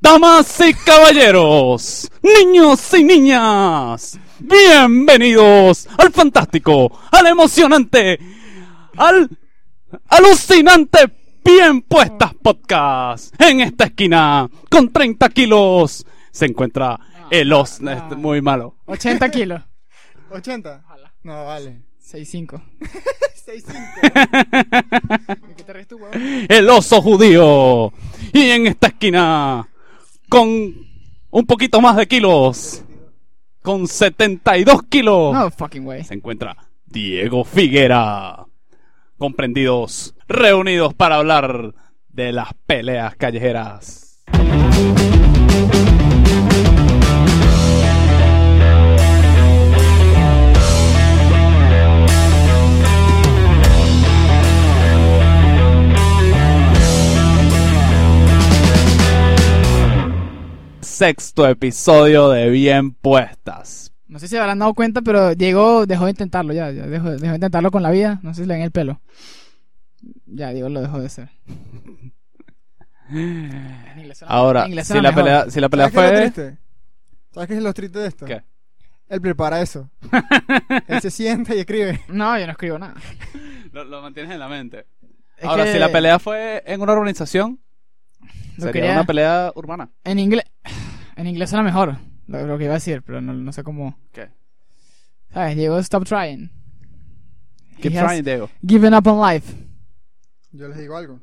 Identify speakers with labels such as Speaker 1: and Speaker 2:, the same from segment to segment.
Speaker 1: Damas y caballeros, niños y niñas, bienvenidos al fantástico, al emocionante, al alucinante Bien Puestas Podcast. En esta esquina, con 30 kilos, se encuentra el os este, muy malo.
Speaker 2: 80 kilos.
Speaker 3: 80. No, vale.
Speaker 2: 6'5.
Speaker 3: 65.
Speaker 2: ¿De qué te ríes tú, huevón?
Speaker 1: el oso judío. Y en esta esquina, con un poquito más de kilos, con 72 kilos,
Speaker 2: No fucking way.
Speaker 1: se encuentra Diego Figuera. Comprendidos, reunidos para hablar de las peleas callejeras. Sexto episodio de Bien Puestas.
Speaker 2: No sé si habrán dado cuenta, pero Diego dejó de intentarlo ya. ya dejó, dejó de intentarlo con la vida. No sé si le ven el pelo. Ya, Diego lo dejó de hacer. En inglés suena-
Speaker 1: Ahora,
Speaker 2: en inglés
Speaker 1: si
Speaker 2: suena
Speaker 1: la,
Speaker 2: mejor.
Speaker 1: pelea, si la pelea
Speaker 3: ¿Sabes qué es
Speaker 1: fue...
Speaker 3: lo triste? ¿Sabes qué es lo triste de esto?
Speaker 1: ¿Qué?
Speaker 3: Él prepara eso. Él se sienta y escribe.
Speaker 2: No, yo no escribo nada.
Speaker 1: Lo, lo mantienes en la mente.
Speaker 2: Es
Speaker 1: Ahora,
Speaker 2: que
Speaker 1: si la pelea fue en una urbanización,
Speaker 2: lo
Speaker 1: sería
Speaker 2: quería-
Speaker 1: una pelea urbana.
Speaker 2: En inglés. En inglés suena mejor. Lo, lo que iba a decir, pero no, no sé cómo.
Speaker 1: ¿Qué?
Speaker 2: ¿Sabes? Diego, stop trying.
Speaker 1: Keep
Speaker 2: He has
Speaker 1: trying, Diego.
Speaker 2: Given up on life.
Speaker 3: Yo les digo algo.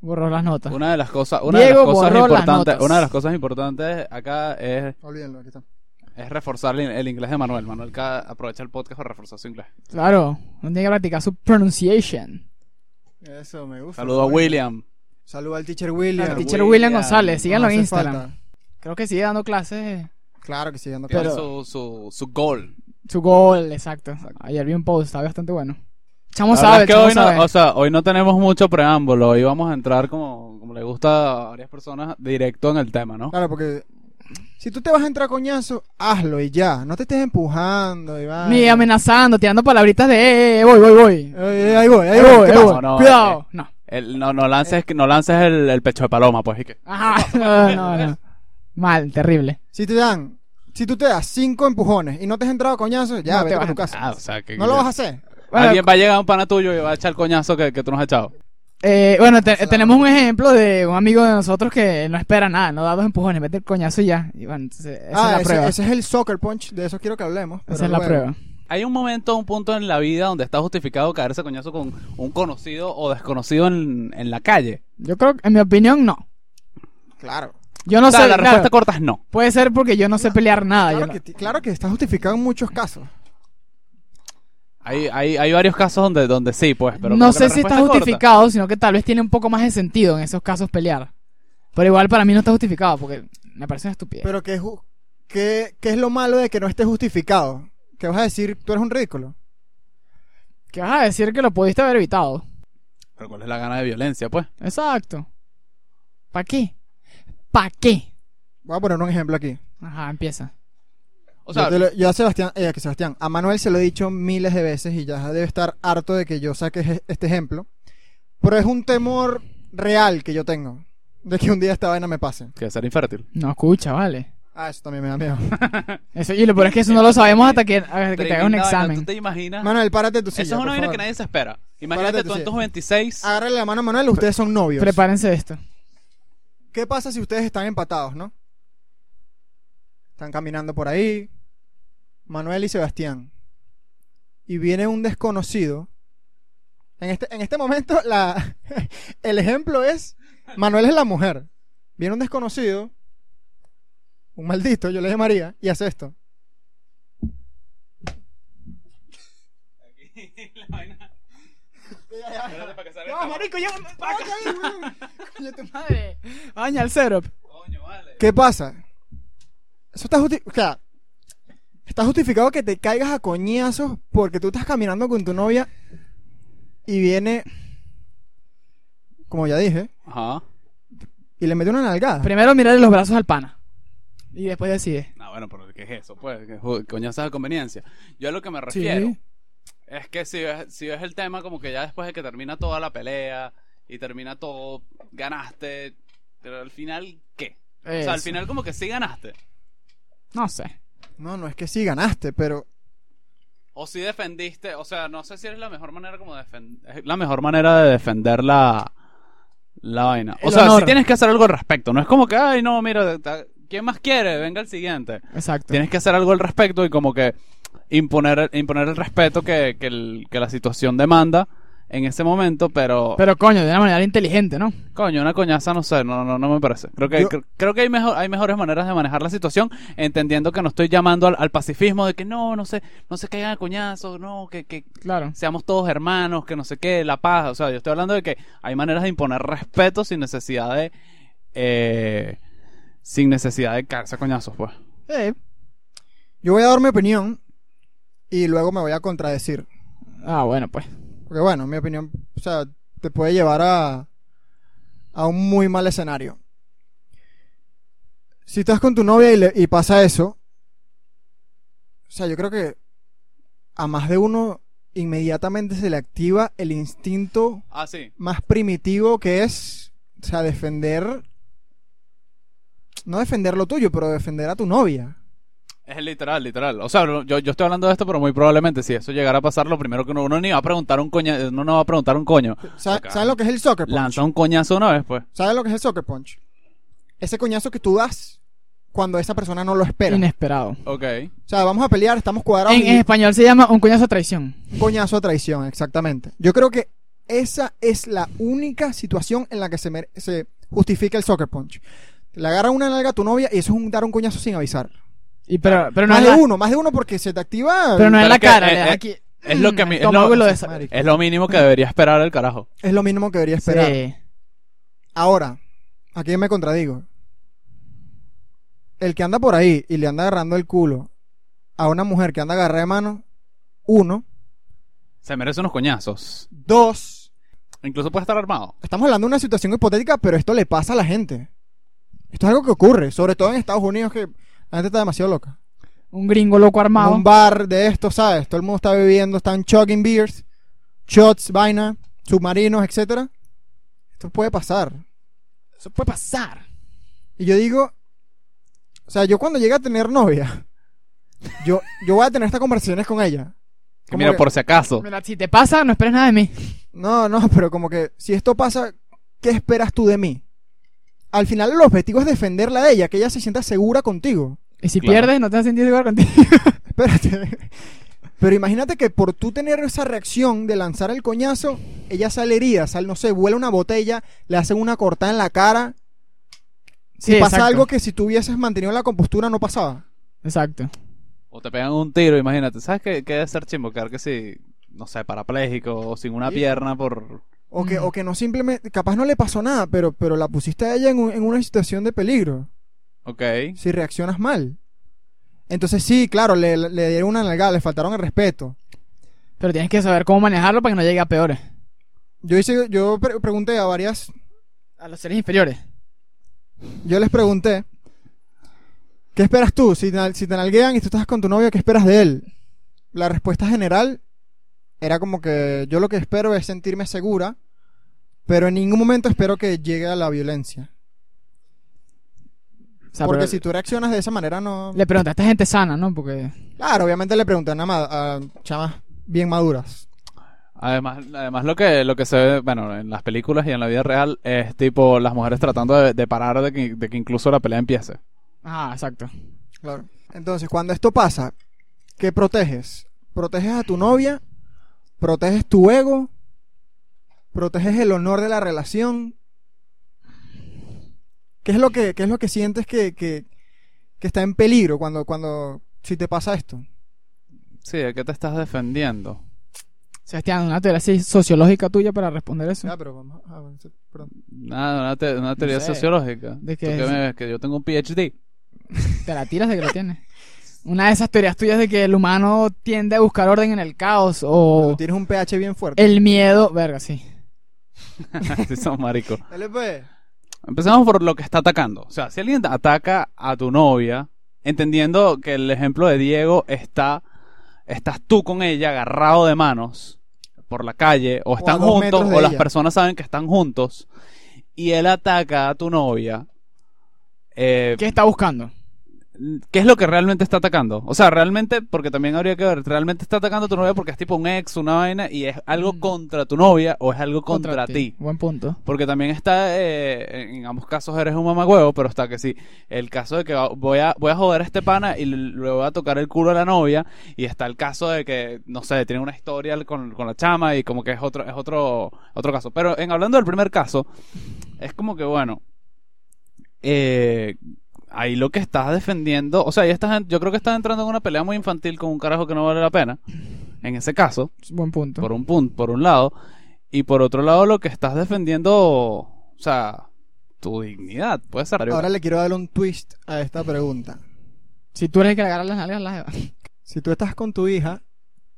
Speaker 2: Borró las notas.
Speaker 1: Una de las cosas, una
Speaker 2: Diego
Speaker 1: de las cosas
Speaker 2: borró las
Speaker 1: importantes,
Speaker 2: notas.
Speaker 1: una de las cosas importantes acá es,
Speaker 3: Olvídenlo, aquí está.
Speaker 1: es reforzar el, el inglés de Manuel. Manuel cada aprovecha el podcast para reforzar su inglés.
Speaker 2: Claro. Uno tiene que practicar su pronunciation.
Speaker 3: Eso me gusta.
Speaker 1: Saludo a William.
Speaker 3: Saludo al teacher William.
Speaker 2: Al
Speaker 1: Claro,
Speaker 2: teacher
Speaker 1: William.
Speaker 2: William González, síganlo
Speaker 3: No
Speaker 2: en
Speaker 3: hace
Speaker 2: Instagram.
Speaker 3: falta.
Speaker 2: Creo que sigue dando clases.
Speaker 3: Claro que sí, ando
Speaker 1: Tiene su,
Speaker 2: Pero-
Speaker 1: su, su gol.
Speaker 2: Su gol, exacto. Ayer vi un post, está bastante bueno. Chamo
Speaker 1: La verdad
Speaker 2: sabe,
Speaker 1: es que
Speaker 2: chamo
Speaker 1: hoy no,
Speaker 2: sabe.
Speaker 1: o sea, hoy no tenemos mucho preámbulo. Hoy vamos a entrar como, como le gusta a varias personas directo en el tema, ¿no?
Speaker 3: Claro, porque si tú te vas a entrar coñazo, hazlo y ya. No te estés empujando, Iván.
Speaker 2: Ni amenazando, tirando palabritas de eh, eh, voy, voy, voy.
Speaker 3: Eh, eh, ahí voy, ahí
Speaker 2: Eh,
Speaker 3: voy.
Speaker 2: voy,
Speaker 3: ¿Qué
Speaker 2: eh,
Speaker 3: pasa?
Speaker 1: No,
Speaker 2: voy.
Speaker 1: no,
Speaker 2: Cuidado. No.
Speaker 1: El- no, no lances, no lances el, el pecho de paloma, pues. y que-
Speaker 2: Ajá. No, no, no. Mal, terrible.
Speaker 3: Si te dan, si tú te das cinco empujones y no te has entrado coñazo,
Speaker 2: No
Speaker 3: ya
Speaker 2: te
Speaker 3: vete
Speaker 2: vas
Speaker 3: a
Speaker 2: a
Speaker 3: tu casa.
Speaker 1: Ah, o sea, que-
Speaker 3: no lo vas a hacer.
Speaker 2: Bueno,
Speaker 1: Alguien va a llegar a un pana tuyo y va a echar el coñazo que, que tú nos has echado.
Speaker 2: eh, bueno, te- tenemos un ejemplo de un amigo de nosotros que no espera nada, no da dos empujones, mete el coñazo y ya. Y bueno, entonces, esa
Speaker 3: ah,
Speaker 2: es la
Speaker 3: ese,
Speaker 2: prueba.
Speaker 3: ese es el soccer punch, de eso quiero que hablemos. pero
Speaker 2: esa es la
Speaker 3: luego.
Speaker 2: prueba.
Speaker 1: Hay un momento, un punto en la vida donde está justificado caerse a coñazo con un conocido o desconocido en, en la calle.
Speaker 2: Yo creo, que- en mi opinión, no.
Speaker 3: Claro.
Speaker 2: Yo no
Speaker 1: o sea,
Speaker 2: sé.
Speaker 1: la
Speaker 2: claro,
Speaker 1: respuesta corta es no.
Speaker 2: Puede ser porque yo no sé pelear nada. yo
Speaker 3: Claro
Speaker 2: no-
Speaker 3: que, ti- claro que está justificado en muchos casos.
Speaker 2: Eh.
Speaker 1: Hay, hay, hay varios casos donde, donde sí, pues. Pero
Speaker 2: no
Speaker 1: como que la
Speaker 2: sé si está
Speaker 1: respuesta corta-
Speaker 2: justificado, sino que tal vez tiene un poco más de sentido en esos casos pelear. Pero igual para mí no está justificado porque me parece una estupidez.
Speaker 3: Pero que, ju- que, que es lo malo de que no esté justificado. Que vas a decir, tú eres un ridículo.
Speaker 2: ¿Qué vas a decir que lo pudiste haber evitado?
Speaker 1: Pero ¿cuál es la gana de violencia, pues?
Speaker 2: Exacto. ¿Para qué? ¿Para qué?
Speaker 3: Voy a poner un ejemplo aquí.
Speaker 2: Ajá, empieza.
Speaker 1: O sea,
Speaker 3: yo, te lo- yo a Sebastián, eh, que Sebastián, a Manuel se lo he dicho miles de veces y ya debe estar harto de que yo saque je- este ejemplo. Pero es un temor real que yo tengo de que un día esta vaina me pase.
Speaker 1: que ser infértil.
Speaker 2: No escucha, vale.
Speaker 3: Ah, eso también me da miedo.
Speaker 2: Eso, y lo peor es que eso no lo sabemos hasta que, hasta que te hagas un
Speaker 1: Tremenda vaina,
Speaker 2: examen.
Speaker 1: ¿Tú te imaginas?
Speaker 3: Manuel, párate de tu silla.
Speaker 1: Eso es una
Speaker 3: por
Speaker 1: vaina
Speaker 3: favor.
Speaker 1: que nadie se espera. Imagínate
Speaker 3: Párate
Speaker 1: tú
Speaker 3: tu
Speaker 1: en tus
Speaker 3: silla.
Speaker 1: 26.
Speaker 2: Ah.
Speaker 3: Agárrale la mano a Manuel, ustedes son novios.
Speaker 2: Prepárense de esto.
Speaker 3: ¿Qué pasa si ustedes están empatados, no? Están caminando por ahí, Manuel y Sebastián. Y viene un desconocido. En este, en este momento, la, el ejemplo es: Manuel es la mujer. Viene un desconocido, un maldito, yo le llamaría, y hace esto.
Speaker 1: Espérate Ah, para que salga
Speaker 3: No,
Speaker 1: el tema.
Speaker 3: marico, ya, ok,
Speaker 2: Coño, tu madre. Baña el syrup.
Speaker 1: Coño, vale.
Speaker 3: ¿Qué pasa? Eso está justificado. O sea, está justificado que te caigas a coñazos porque tú estás caminando con tu novia y viene, como ya dije,
Speaker 1: Ajá.
Speaker 3: y le mete una nalgada.
Speaker 2: Primero mirarle los brazos al pana. Y después decide.
Speaker 1: No, Ah, bueno, pero ¿qué es eso? Pues, ¿Qué jo- coñazos de conveniencia. Yo a lo que me refiero
Speaker 2: Sí.
Speaker 1: es que si ves, si ves el tema, como que ya después de que termina toda la pelea y termina todo, ganaste, Pero al final, ¿qué? O sea, al
Speaker 2: Eso.
Speaker 1: final como que sí ganaste.
Speaker 2: No sé.
Speaker 3: No, no es que sí ganaste, pero
Speaker 1: O si defendiste, o sea, no sé si es la mejor manera como defender, es la mejor manera de defender la, la vaina. O
Speaker 2: El
Speaker 1: sea,
Speaker 2: honor.
Speaker 1: si tienes que hacer algo al respecto, no es como que, ay, no, mira, ta- ¿quién más quiere? Venga el siguiente.
Speaker 2: Exacto.
Speaker 1: Tienes que hacer algo al respecto y como que imponer, imponer el respeto que, que, el- que la situación demanda en ese momento, pero,
Speaker 2: Pero coño, de una manera inteligente, ¿no?
Speaker 1: coño, una coñaza no sé, no, no, no me parece. Creo que,
Speaker 3: Yo-
Speaker 1: cre- creo que hay, mejor, hay mejores maneras de manejar la situación, entendiendo que no estoy llamando al, al pacifismo de que no, no sé, no se caigan a coñazos, no, que, que,
Speaker 2: Claro.
Speaker 1: seamos todos hermanos, que no sé qué, la paz. O sea, yo estoy hablando de que hay maneras de imponer respeto sin necesidad de. eh, sin necesidad de caerse a coñazos, pues.
Speaker 2: Eh,
Speaker 3: yo voy a dar mi opinión y luego me voy a contradecir.
Speaker 2: Ah, bueno, pues.
Speaker 3: Porque bueno, mi opinión, o sea, te puede llevar a, a un muy mal escenario. Si estás con tu novia y, le- y pasa eso, o sea, yo creo que a más de uno inmediatamente se le activa el instinto
Speaker 1: Ah, sí.
Speaker 3: más primitivo que es, o sea, defender, no defender lo tuyo, pero defender a tu novia.
Speaker 1: Es literal, literal. O sea, yo, yo estoy hablando de esto, pero muy probablemente si eso llegara a pasar, lo primero que uno, uno ni va a preguntar un coño, uno no va a preguntar un coño.
Speaker 3: ¿Sabes
Speaker 1: Acá.
Speaker 3: lo que es el soccer punch?
Speaker 1: Lanza un coñazo una vez, pues.
Speaker 3: ¿Sabes lo que es el soccer punch? Ese coñazo que tú das cuando esa persona no lo espera.
Speaker 2: Inesperado.
Speaker 1: Ok.
Speaker 3: O sea, vamos a pelear, estamos cuadrados.
Speaker 2: En, en
Speaker 3: y
Speaker 2: español se llama un coñazo a traición.
Speaker 3: Coñazo a traición, exactamente. Yo creo que esa es la única situación en la que se, mer- se justifica el soccer punch. Le agarra una nalga a tu novia y eso es un, dar un coñazo sin avisar.
Speaker 2: Y pero, pero no
Speaker 3: más
Speaker 2: es
Speaker 3: de
Speaker 2: la,
Speaker 3: uno, más de uno porque se te activa.
Speaker 2: pero no es
Speaker 1: Pero
Speaker 2: la
Speaker 1: es que,
Speaker 2: cara.
Speaker 1: eh,
Speaker 2: le das
Speaker 1: eh,
Speaker 2: aquí,
Speaker 1: es lo que a mí-
Speaker 2: mm,
Speaker 1: es lo-
Speaker 2: estómago y lo des-
Speaker 3: Marico.
Speaker 1: Es lo mínimo que debería esperar el carajo.
Speaker 3: Es lo mínimo que debería esperar.
Speaker 2: Sí.
Speaker 3: Ahora, aquí me contradigo. El que anda por ahí y le anda agarrando el culo a una mujer que anda agarrada de mano, uno,
Speaker 1: Se merece unos coñazos.
Speaker 3: dos.
Speaker 1: Incluso puede estar armado.
Speaker 3: Estamos hablando de una situación hipotética, pero esto le pasa a la gente. Esto es algo que ocurre, sobre todo en Estados Unidos, que la gente está demasiado loca.
Speaker 2: Un gringo loco
Speaker 3: En
Speaker 2: armado.
Speaker 3: Un bar de esto, ¿sabes? Todo el mundo está bebiendo, están chugging beers, shots, vaina, submarinos, etcétera. Esto puede pasar.
Speaker 2: Eso puede pasar.
Speaker 3: Y yo digo, o sea, yo cuando llegue a tener novia, yo, yo voy a tener estas conversaciones con ella.
Speaker 1: Que
Speaker 3: Como
Speaker 1: Mira,
Speaker 3: que-
Speaker 1: por si acaso.
Speaker 2: Mira, si te pasa, no esperes nada de mí.
Speaker 3: No, no, pero como que si esto pasa, ¿qué esperas tú de mí? Al final el objetivo es defenderla a ella, que ella se sienta segura contigo.
Speaker 2: Y si
Speaker 1: Claro.
Speaker 2: pierdes, no te vas a sentir igual contigo.
Speaker 3: Espérate. Pero imagínate que por tú tener esa reacción de lanzar el coñazo, ella sale herida, sal, no sé, vuela una botella, le hacen una cortada en la cara.
Speaker 2: Sí,
Speaker 3: pasa
Speaker 2: exacto.
Speaker 3: algo que si tú hubieses mantenido la compostura no pasaba.
Speaker 2: Exacto.
Speaker 1: O te pegan un tiro, imagínate. ¿Sabes qué, qué debe ser chimbo? Quedar que si, no sé, parapléjico o sin una
Speaker 3: Sí.
Speaker 1: pierna por...
Speaker 3: O que,
Speaker 2: Mm.
Speaker 3: o que no simplemente, capaz no le pasó nada, pero, pero la pusiste a ella en, un- en una situación de peligro,
Speaker 1: Ok.
Speaker 3: si reaccionas mal. Entonces sí, claro, le, le dieron una nalgada, le faltaron el respeto.
Speaker 2: Pero tienes que saber cómo manejarlo para que no llegue a peores.
Speaker 3: Yo hice, yo pre- pregunté a varias,
Speaker 2: A los seres inferiores.
Speaker 3: yo les pregunté, ¿qué esperas tú? Si te, si te nalguean y tú estás con tu novio, ¿qué esperas de él? La respuesta general era como que yo lo que espero es sentirme segura, pero en ningún momento espero que llegue a la violencia.
Speaker 2: O sea,
Speaker 3: Porque
Speaker 2: pero-
Speaker 3: si tú reaccionas de esa manera no...
Speaker 2: Le pregunta a esta gente sana, ¿no? Porque.
Speaker 3: Claro, obviamente le preguntan a, ma- a chamas bien maduras.
Speaker 1: Además, además lo que lo que se ve, bueno, en las películas y en la vida real es tipo las mujeres tratando de, de parar de que, de que incluso la pelea empiece.
Speaker 2: Ah, exacto.
Speaker 3: Claro. Entonces, cuando esto pasa, ¿qué proteges? ¿Proteges a tu novia? ¿Proteges tu ego? ¿Proteges el honor de la relación? ¿Qué es lo que, qué es lo que sientes que, que- que está en peligro cuando, cuando si te pasa esto?
Speaker 1: Sí, ¿de qué te estás defendiendo?
Speaker 2: Sebastián, una teoría así sociológica tuya para responder eso.
Speaker 3: Ah, pero vamos a- ah, perdón.
Speaker 1: Nada, una, te- una teoría
Speaker 2: sé.
Speaker 1: sociológica.
Speaker 2: ¿De
Speaker 1: ¿Tú
Speaker 2: qué es?
Speaker 1: me ves? ¿Que yo tengo un PhD?
Speaker 2: Te la tiras de que lo tienes. Una de esas teorías tuyas de que el humano tiende a buscar orden en el caos o
Speaker 3: Pero Tienes un pH bien fuerte.
Speaker 2: el miedo. Verga, sí.
Speaker 1: sí, son marico.
Speaker 3: Dale, pues.
Speaker 1: Empezamos por lo que está atacando. O sea, si alguien ataca a tu novia, entendiendo que el ejemplo de Diego está, estás tú con ella agarrado de manos por la calle, o están
Speaker 3: dos
Speaker 1: juntos,
Speaker 3: metros de
Speaker 1: o las
Speaker 3: ella.
Speaker 1: personas saben que están juntos, y él ataca a tu novia, eh,
Speaker 2: ¿Qué está buscando?
Speaker 1: ¿Qué es lo que realmente está atacando? O sea, realmente, porque también habría que ver, realmente está atacando a tu novia porque es tipo un ex, una vaina, y es algo
Speaker 2: Mm.
Speaker 1: contra tu novia o es algo contra, ti.
Speaker 2: Buen punto.
Speaker 1: Porque también está, eh, en ambos casos eres un mamagüevo, pero está que sí. El caso de que va- voy a, voy a joder a este pana y le voy a tocar el culo a la novia. Y está el caso de que, no sé, tiene una historia con, con la chama y como que es otro, es otro, otro caso. Pero en hablando del primer caso, es como que bueno. eh, ahí lo que estás defendiendo. O sea, ahí estás en- yo creo que estás entrando en una pelea muy infantil con un carajo que no vale la pena. En ese caso.
Speaker 2: Buen punto.
Speaker 1: Por un punto, por un lado. Y por otro lado, lo que estás defendiendo, o sea, tu dignidad, puede ser.
Speaker 3: Ahora le quiero dar un twist a esta pregunta.
Speaker 2: Si tú eres el que le agarra las nalgas, las jeva.
Speaker 3: Si tú estás con tu hija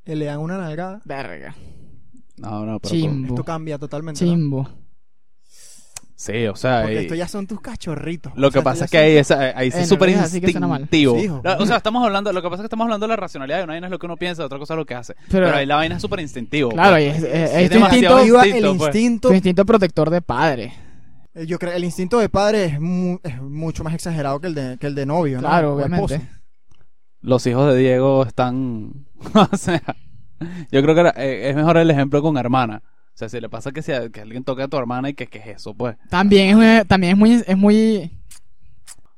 Speaker 3: y le dan una nalgada,
Speaker 2: Verga.
Speaker 1: No, no, pero.
Speaker 2: Chim.
Speaker 3: esto cambia totalmente. ¿no?
Speaker 2: Chimbo.
Speaker 1: Sí, o sea.
Speaker 3: Porque
Speaker 1: ahí-
Speaker 3: esto ya son tus cachorritos.
Speaker 1: Lo
Speaker 3: O sea,
Speaker 1: que
Speaker 3: esto
Speaker 1: pasa
Speaker 3: ya
Speaker 1: es que
Speaker 3: son-
Speaker 1: ahí, es, ahí sí
Speaker 2: Eh,
Speaker 1: es
Speaker 2: no
Speaker 1: súper
Speaker 2: lo digas así que suena mal.
Speaker 1: instintivo.
Speaker 3: Sí, hijo.
Speaker 1: La- o sea, estamos hablando, lo que pasa es que estamos hablando de la racionalidad de una vaina es lo que uno piensa, otra cosa es lo que hace. Pero,
Speaker 2: Pero,
Speaker 1: ahí la vaina es súper instintivo.
Speaker 2: claro,
Speaker 1: pues.
Speaker 2: y es, es-
Speaker 1: Sí,
Speaker 2: es tu
Speaker 1: demasiado
Speaker 2: instinto,
Speaker 3: Viva
Speaker 1: instinto,
Speaker 3: el
Speaker 1: pues.
Speaker 3: instinto.
Speaker 2: tu instinto protector de padre.
Speaker 3: eh, Yo creo el instinto de padre es, mu- es mucho más exagerado que el de, que el de novio, ¿no?
Speaker 2: Claro,
Speaker 3: O esposo.
Speaker 2: obviamente.
Speaker 1: Los hijos de Diego están. o sea, yo creo que era- eh, es mejor el ejemplo con hermana. O sea, si le pasa que, si a- que alguien toque a tu hermana y que, que es eso, pues.
Speaker 2: También es, una- también es muy, es muy
Speaker 3: Ese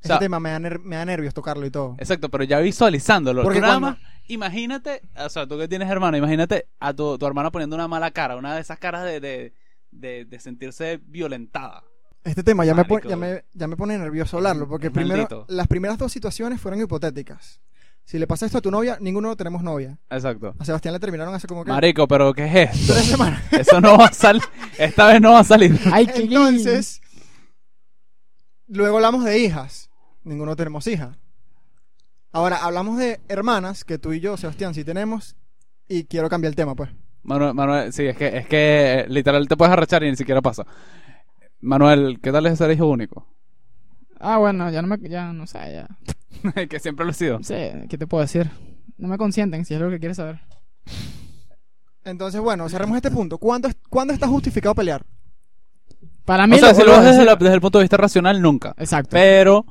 Speaker 1: O sea,
Speaker 3: Este tema me da, ner- me da nervios tocarlo y todo.
Speaker 1: Exacto, pero ya visualizándolo.
Speaker 3: Porque
Speaker 1: Tú nada
Speaker 3: cuando-
Speaker 1: más, imagínate, o sea, tú que tienes hermana, imagínate a tu, tu hermana poniendo una mala cara, una de esas caras de, de, de- de sentirse violentada.
Speaker 3: Este tema ya me, pon-
Speaker 1: Marico.
Speaker 3: ya, me, ya me pone nervioso hablarlo, porque
Speaker 1: Es
Speaker 3: primero
Speaker 1: maldito.
Speaker 3: las primeras dos situaciones fueron hipotéticas. Si le pasa esto a tu novia, ninguno tenemos novia.
Speaker 1: Exacto.
Speaker 3: A Sebastián le terminaron hace como que
Speaker 1: Marico, pero ¿qué es esto?
Speaker 3: tres semanas.
Speaker 1: Eso no va a salir. Esta vez no va a salir.
Speaker 2: Ay, qué lindo.
Speaker 3: Entonces, luego hablamos de hijas. Ninguno tenemos hija. Ahora, hablamos de hermanas, que tú y yo, Sebastián, sí tenemos. Y quiero cambiar el tema, pues.
Speaker 1: Manuel, Manuel, sí, es que, es que eh, literal te puedes arrechar y ni siquiera pasa. Manuel, ¿qué tal es ser hijo único?
Speaker 2: Ah, bueno, ya no me ya no sé, ya.
Speaker 1: que siempre lo he sido.
Speaker 2: No sé, ¿qué te puedo decir? No me consienten si es lo que quieres saber.
Speaker 3: Entonces, bueno, cerremos este punto. ¿Cuándo, es- ¿cuándo está justificado pelear?
Speaker 2: Para mí
Speaker 1: O sea,
Speaker 2: lo-
Speaker 1: si
Speaker 2: lo-
Speaker 1: lo ves desde, la- desde el punto de vista racional, nunca.
Speaker 2: Exacto.
Speaker 1: Pero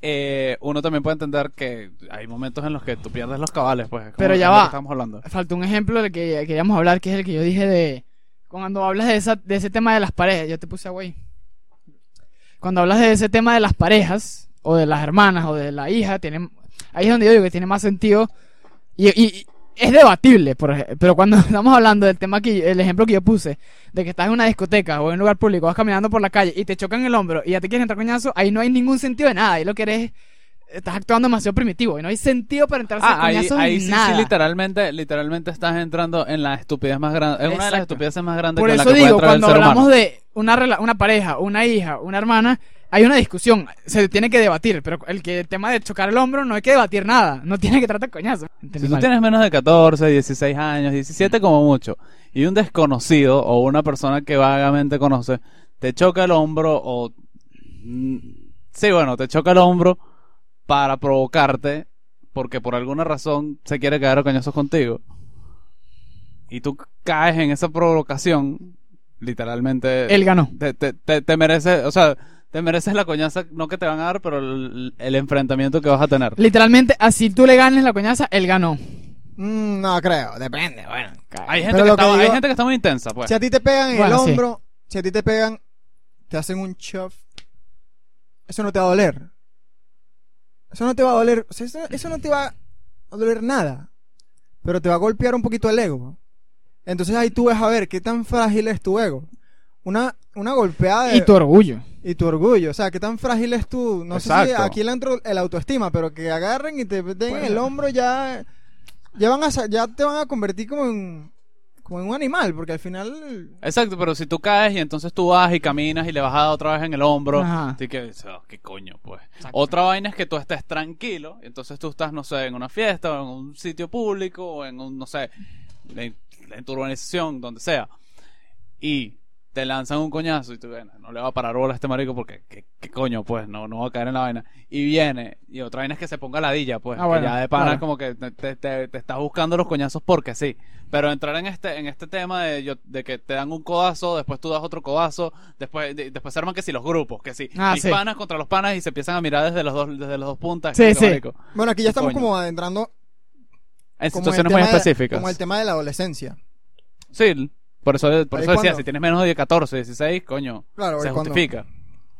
Speaker 1: eh, uno también puede entender que hay momentos en los que tú pierdes los cabales, pues. como
Speaker 2: Pero ya
Speaker 1: es lo que
Speaker 2: va.
Speaker 1: Estamos hablando.
Speaker 2: Faltó un ejemplo del que queríamos hablar, que es el que yo dije de cuando hablas de esa de ese tema de las parejas, yo te puse a güey. Cuando hablas de ese tema de las parejas o de las hermanas o de la hija, tienen ahí es donde yo digo que tiene más sentido y, y- y es debatible, por ej- pero cuando estamos hablando del tema que el ejemplo que yo puse de que estás en una discoteca o en un lugar público, vas caminando por la calle y te chocan el hombro y ya te quieren entrar coñazo, ahí no hay ningún sentido de nada, ahí lo que eres es- estás actuando demasiado primitivo y no hay sentido para entrarse a
Speaker 1: Ah, ahí,
Speaker 2: coñazos
Speaker 1: ahí
Speaker 2: en
Speaker 1: sí, sí,
Speaker 2: nada.
Speaker 1: literalmente, literalmente estás entrando en la estupidez más grande, en una de las
Speaker 2: Exacto.
Speaker 1: estupideces más grandes
Speaker 2: Por
Speaker 1: con la
Speaker 2: eso
Speaker 1: que
Speaker 2: digo,
Speaker 1: puede entrar el
Speaker 2: cuando
Speaker 1: ser
Speaker 2: hablamos
Speaker 1: humano.
Speaker 2: de una, rela- una pareja, una hija, una hermana, hay una discusión, se tiene que debatir, pero el, que, el tema de chocar el hombro no hay que debatir nada, no tiene que tratar coñazo. Entendí
Speaker 1: Si tú
Speaker 2: mal.
Speaker 1: tienes menos de 14, 16 años,
Speaker 3: Mm.
Speaker 1: 17 como mucho, y un desconocido o una persona que vagamente conoces te choca el hombro o... mm, Sí, bueno, te choca el hombro para provocarte porque por alguna razón se quiere quedar a coñazos contigo. Y tú caes en esa provocación, literalmente...
Speaker 2: Él ganó.
Speaker 1: te, te, te, te mereces, o sea, te mereces la coñaza, no que te van a dar, pero el, el enfrentamiento que vas a tener.
Speaker 2: Literalmente, así tú le ganes la coñaza, él ganó.
Speaker 3: Mm, no creo, depende, bueno.
Speaker 1: Hay gente,
Speaker 3: Pero
Speaker 1: que
Speaker 3: lo que
Speaker 1: está, hay
Speaker 3: digo-
Speaker 1: gente que está muy intensa, pues.
Speaker 3: Si a ti te pegan en el
Speaker 2: Bueno, sí.
Speaker 3: hombro, si a ti te pegan, te hacen un shove, eso no te va a doler. Eso no te va a doler, o sea, eso, eso no te va a doler nada, pero te va a golpear un poquito el ego. Entonces ahí tú vas a ver qué tan frágil es tu ego. Una, una golpeada de-
Speaker 2: Y tu orgullo.
Speaker 3: y tu orgullo, o sea, qué tan frágil es tu, no sé si
Speaker 1: Exacto.
Speaker 3: aquí el, antro- el autoestima, pero que agarren y te den
Speaker 2: Bueno.
Speaker 3: el hombro ya, ya van a, sa- ya te van a convertir como en, como en un animal, porque al final
Speaker 1: Exacto, pero si tú caes y entonces tú vas y caminas y le vas a dar otra vez en el hombro,
Speaker 2: Ajá.
Speaker 1: así que, dices, "Ah, qué coño, pues. Otra vaina es que tú estés tranquilo, entonces tú estás, no sé, en una fiesta, o en un sitio público, o en un, no sé, en, en tu urbanización, donde sea, y te lanzan un coñazo y tú, bueno, no le va a parar bola a este marico porque, ¿qué, qué coño? Pues no, no va a caer en la vaina. Y viene, y otra vaina es que se ponga ladilla, pues.
Speaker 2: Ah,
Speaker 1: que
Speaker 2: bueno,
Speaker 1: ya de pana
Speaker 2: claro.
Speaker 1: como que te, te, te- te estás buscando los coñazos porque sí. Pero entrar en este, en este tema de, yo- de que te dan un codazo, después tú das otro codazo, después, de- después se arman que si los grupos, que si
Speaker 2: Ah,
Speaker 1: mis
Speaker 2: sí.
Speaker 1: panas contra los panas y se empiezan a mirar desde los dos, desde los dos puntas.
Speaker 2: Sí,
Speaker 1: marico,
Speaker 2: sí.
Speaker 1: marico.
Speaker 3: Bueno, aquí ya estamos
Speaker 1: Coño.
Speaker 3: como adentrando
Speaker 1: En
Speaker 3: como el
Speaker 1: situaciones muy
Speaker 3: tema de-
Speaker 1: específicas.
Speaker 3: como el tema de la adolescencia.
Speaker 1: Sí, por eso, por
Speaker 3: Ahí
Speaker 1: eso decía,
Speaker 3: cuando-
Speaker 1: si tienes menos de 14, 16, coño,
Speaker 3: Claro,
Speaker 1: se
Speaker 3: ahí cuando-
Speaker 1: justifica.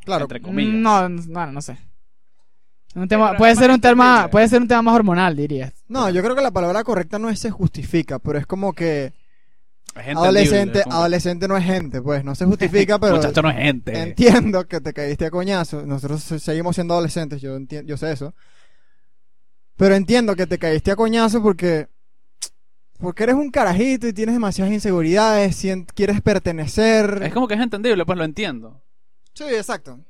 Speaker 3: Claro,
Speaker 1: Entre comillas.
Speaker 2: Mm, No, no, no sé. Un
Speaker 1: pero
Speaker 2: tema,
Speaker 1: es
Speaker 2: puede
Speaker 1: más
Speaker 2: ser un tema,
Speaker 1: entendible.
Speaker 2: puede ser un tema más hormonal, diría.
Speaker 3: No, yo creo que la palabra correcta no es se justifica, pero es como que
Speaker 1: Es entendible,
Speaker 3: adolescente,
Speaker 1: es como-
Speaker 3: adolescente no es gente, pues no se justifica, pero
Speaker 1: Muchacho eh. no es gente.
Speaker 3: entiendo que te caíste a coñazo. Nosotros se- seguimos siendo adolescentes, yo enti- yo sé eso. Pero entiendo que te caíste a coñazo porque porque eres un carajito y tienes demasiadas inseguridades, sien- quieres pertenecer.
Speaker 1: Es como que es entendible, pues lo entiendo.
Speaker 3: Sí, exacto.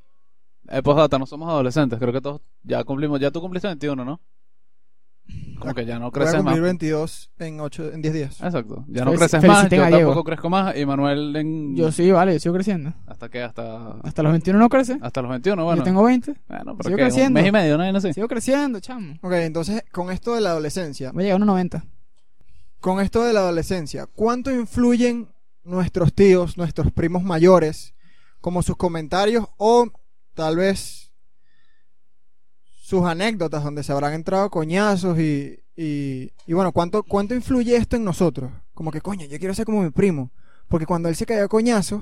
Speaker 1: Eh, postdata, no somos adolescentes, creo que todos ya cumplimos, ya tú cumpliste 21, ¿no? Como que ya no
Speaker 3: Voy a
Speaker 1: creces más.
Speaker 3: cumplir 22 en ocho- en 10 días.
Speaker 1: Exacto, ya no
Speaker 2: Felici-
Speaker 1: creces más,
Speaker 2: feliciten
Speaker 1: yo
Speaker 2: a
Speaker 1: tampoco
Speaker 2: Diego.
Speaker 1: crezco más y Manuel en...
Speaker 2: Yo sí, vale, yo sigo creciendo.
Speaker 1: ¿Hasta qué? Hasta,
Speaker 2: Hasta los 21 no crece.
Speaker 1: hasta los 21, Ah, bueno.
Speaker 2: Yo tengo 20.
Speaker 1: Bueno, pero
Speaker 2: sigo
Speaker 1: que un
Speaker 2: creciendo.
Speaker 1: mes y medio, ¿no? Y no sé.
Speaker 2: Sigo creciendo, chamo.
Speaker 3: Ok, entonces con esto de la adolescencia,
Speaker 2: Voy a llegar a unos 90.
Speaker 3: con esto de la adolescencia, ¿cuánto influyen nuestros tíos, nuestros primos mayores, como sus comentarios o tal vez sus anécdotas donde se habrán entrado coñazos y, y, y bueno, ¿cuánto, ¿cuánto influye esto en nosotros? Como que, coño, yo quiero ser como mi primo, porque cuando él se cayó a coñazos,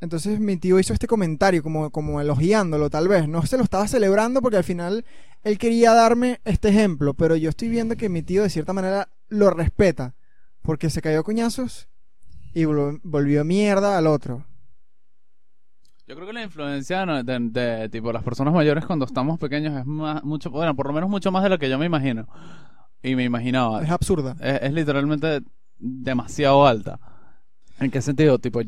Speaker 3: entonces mi tío hizo este comentario como, como elogiándolo tal vez, no se lo estaba celebrando porque al final él quería darme este ejemplo, pero yo estoy viendo que mi tío de cierta manera lo respeta, porque se cayó a coñazos y vol- volvió mierda al otro.
Speaker 1: Yo creo que la influencia ¿no? de, de, tipo las personas mayores cuando estamos pequeños es más, mucho, bueno, por lo menos mucho más de lo que yo me imagino. Y me imaginaba.
Speaker 3: Es
Speaker 1: Es,
Speaker 3: absurda.
Speaker 1: es literalmente demasiado alta. ¿En qué sentido? Tipo,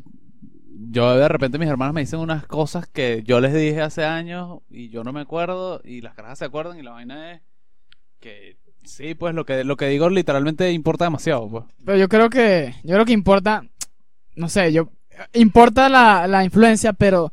Speaker 1: yo de repente mis hermanas me dicen unas cosas que yo les dije hace años y yo no me acuerdo y las carajas se acuerdan y la vaina es que sí, pues lo que, lo que digo literalmente importa demasiado, pues.
Speaker 2: Pero yo creo que, yo creo que importa, no sé, yo, importa la, la influencia, pero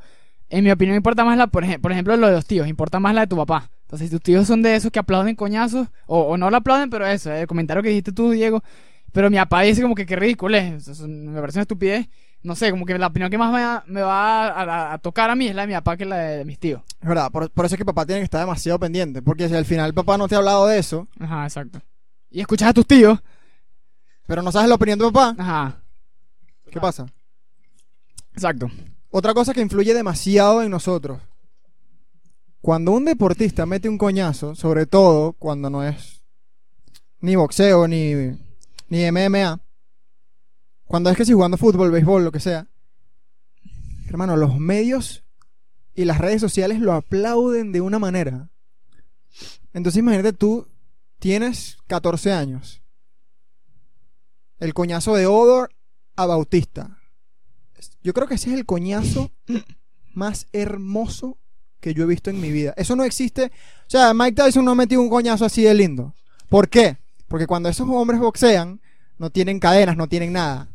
Speaker 2: en mi opinión importa más la, por, ej- por ejemplo, lo de los tíos, importa más la de tu papá. Entonces, si tus tíos son de esos que aplauden coñazos, o, o no lo aplauden, pero eso, el comentario que dijiste tú, Diego, pero mi papá dice como que qué ridículo es, eso es un- me parece una estupidez. No sé, como que la opinión que más me, va- me va a, a- a tocar a mí es la de mi papá que la de, de mis tíos.
Speaker 3: Es verdad, por, por eso es que papá tiene que estar demasiado pendiente, porque si al final papá no te ha hablado de eso,
Speaker 2: Ajá, exacto. Y escuchas a tus tíos.
Speaker 3: pero no sabes la opinión de papá,
Speaker 2: Ajá,
Speaker 3: ¿qué pasa?
Speaker 2: exacto.
Speaker 3: Otra cosa que influye demasiado en nosotros. Cuando un deportista mete un coñazo, sobre todo cuando no es ni boxeo ni, ni MMA, cuando es que si jugando fútbol, béisbol, lo que sea, hermano, los medios y las redes sociales lo aplauden de una manera. Entonces imagínate tú, tienes 14 años. El coñazo de Odor a Bautista. Yo creo que ese es el coñazo más hermoso que yo he visto en mi vida. Eso no existe. O sea, Mike Tyson no metió un coñazo así de lindo. ¿Por qué? Porque cuando esos hombres boxean, no tienen cadenas, no tienen nada.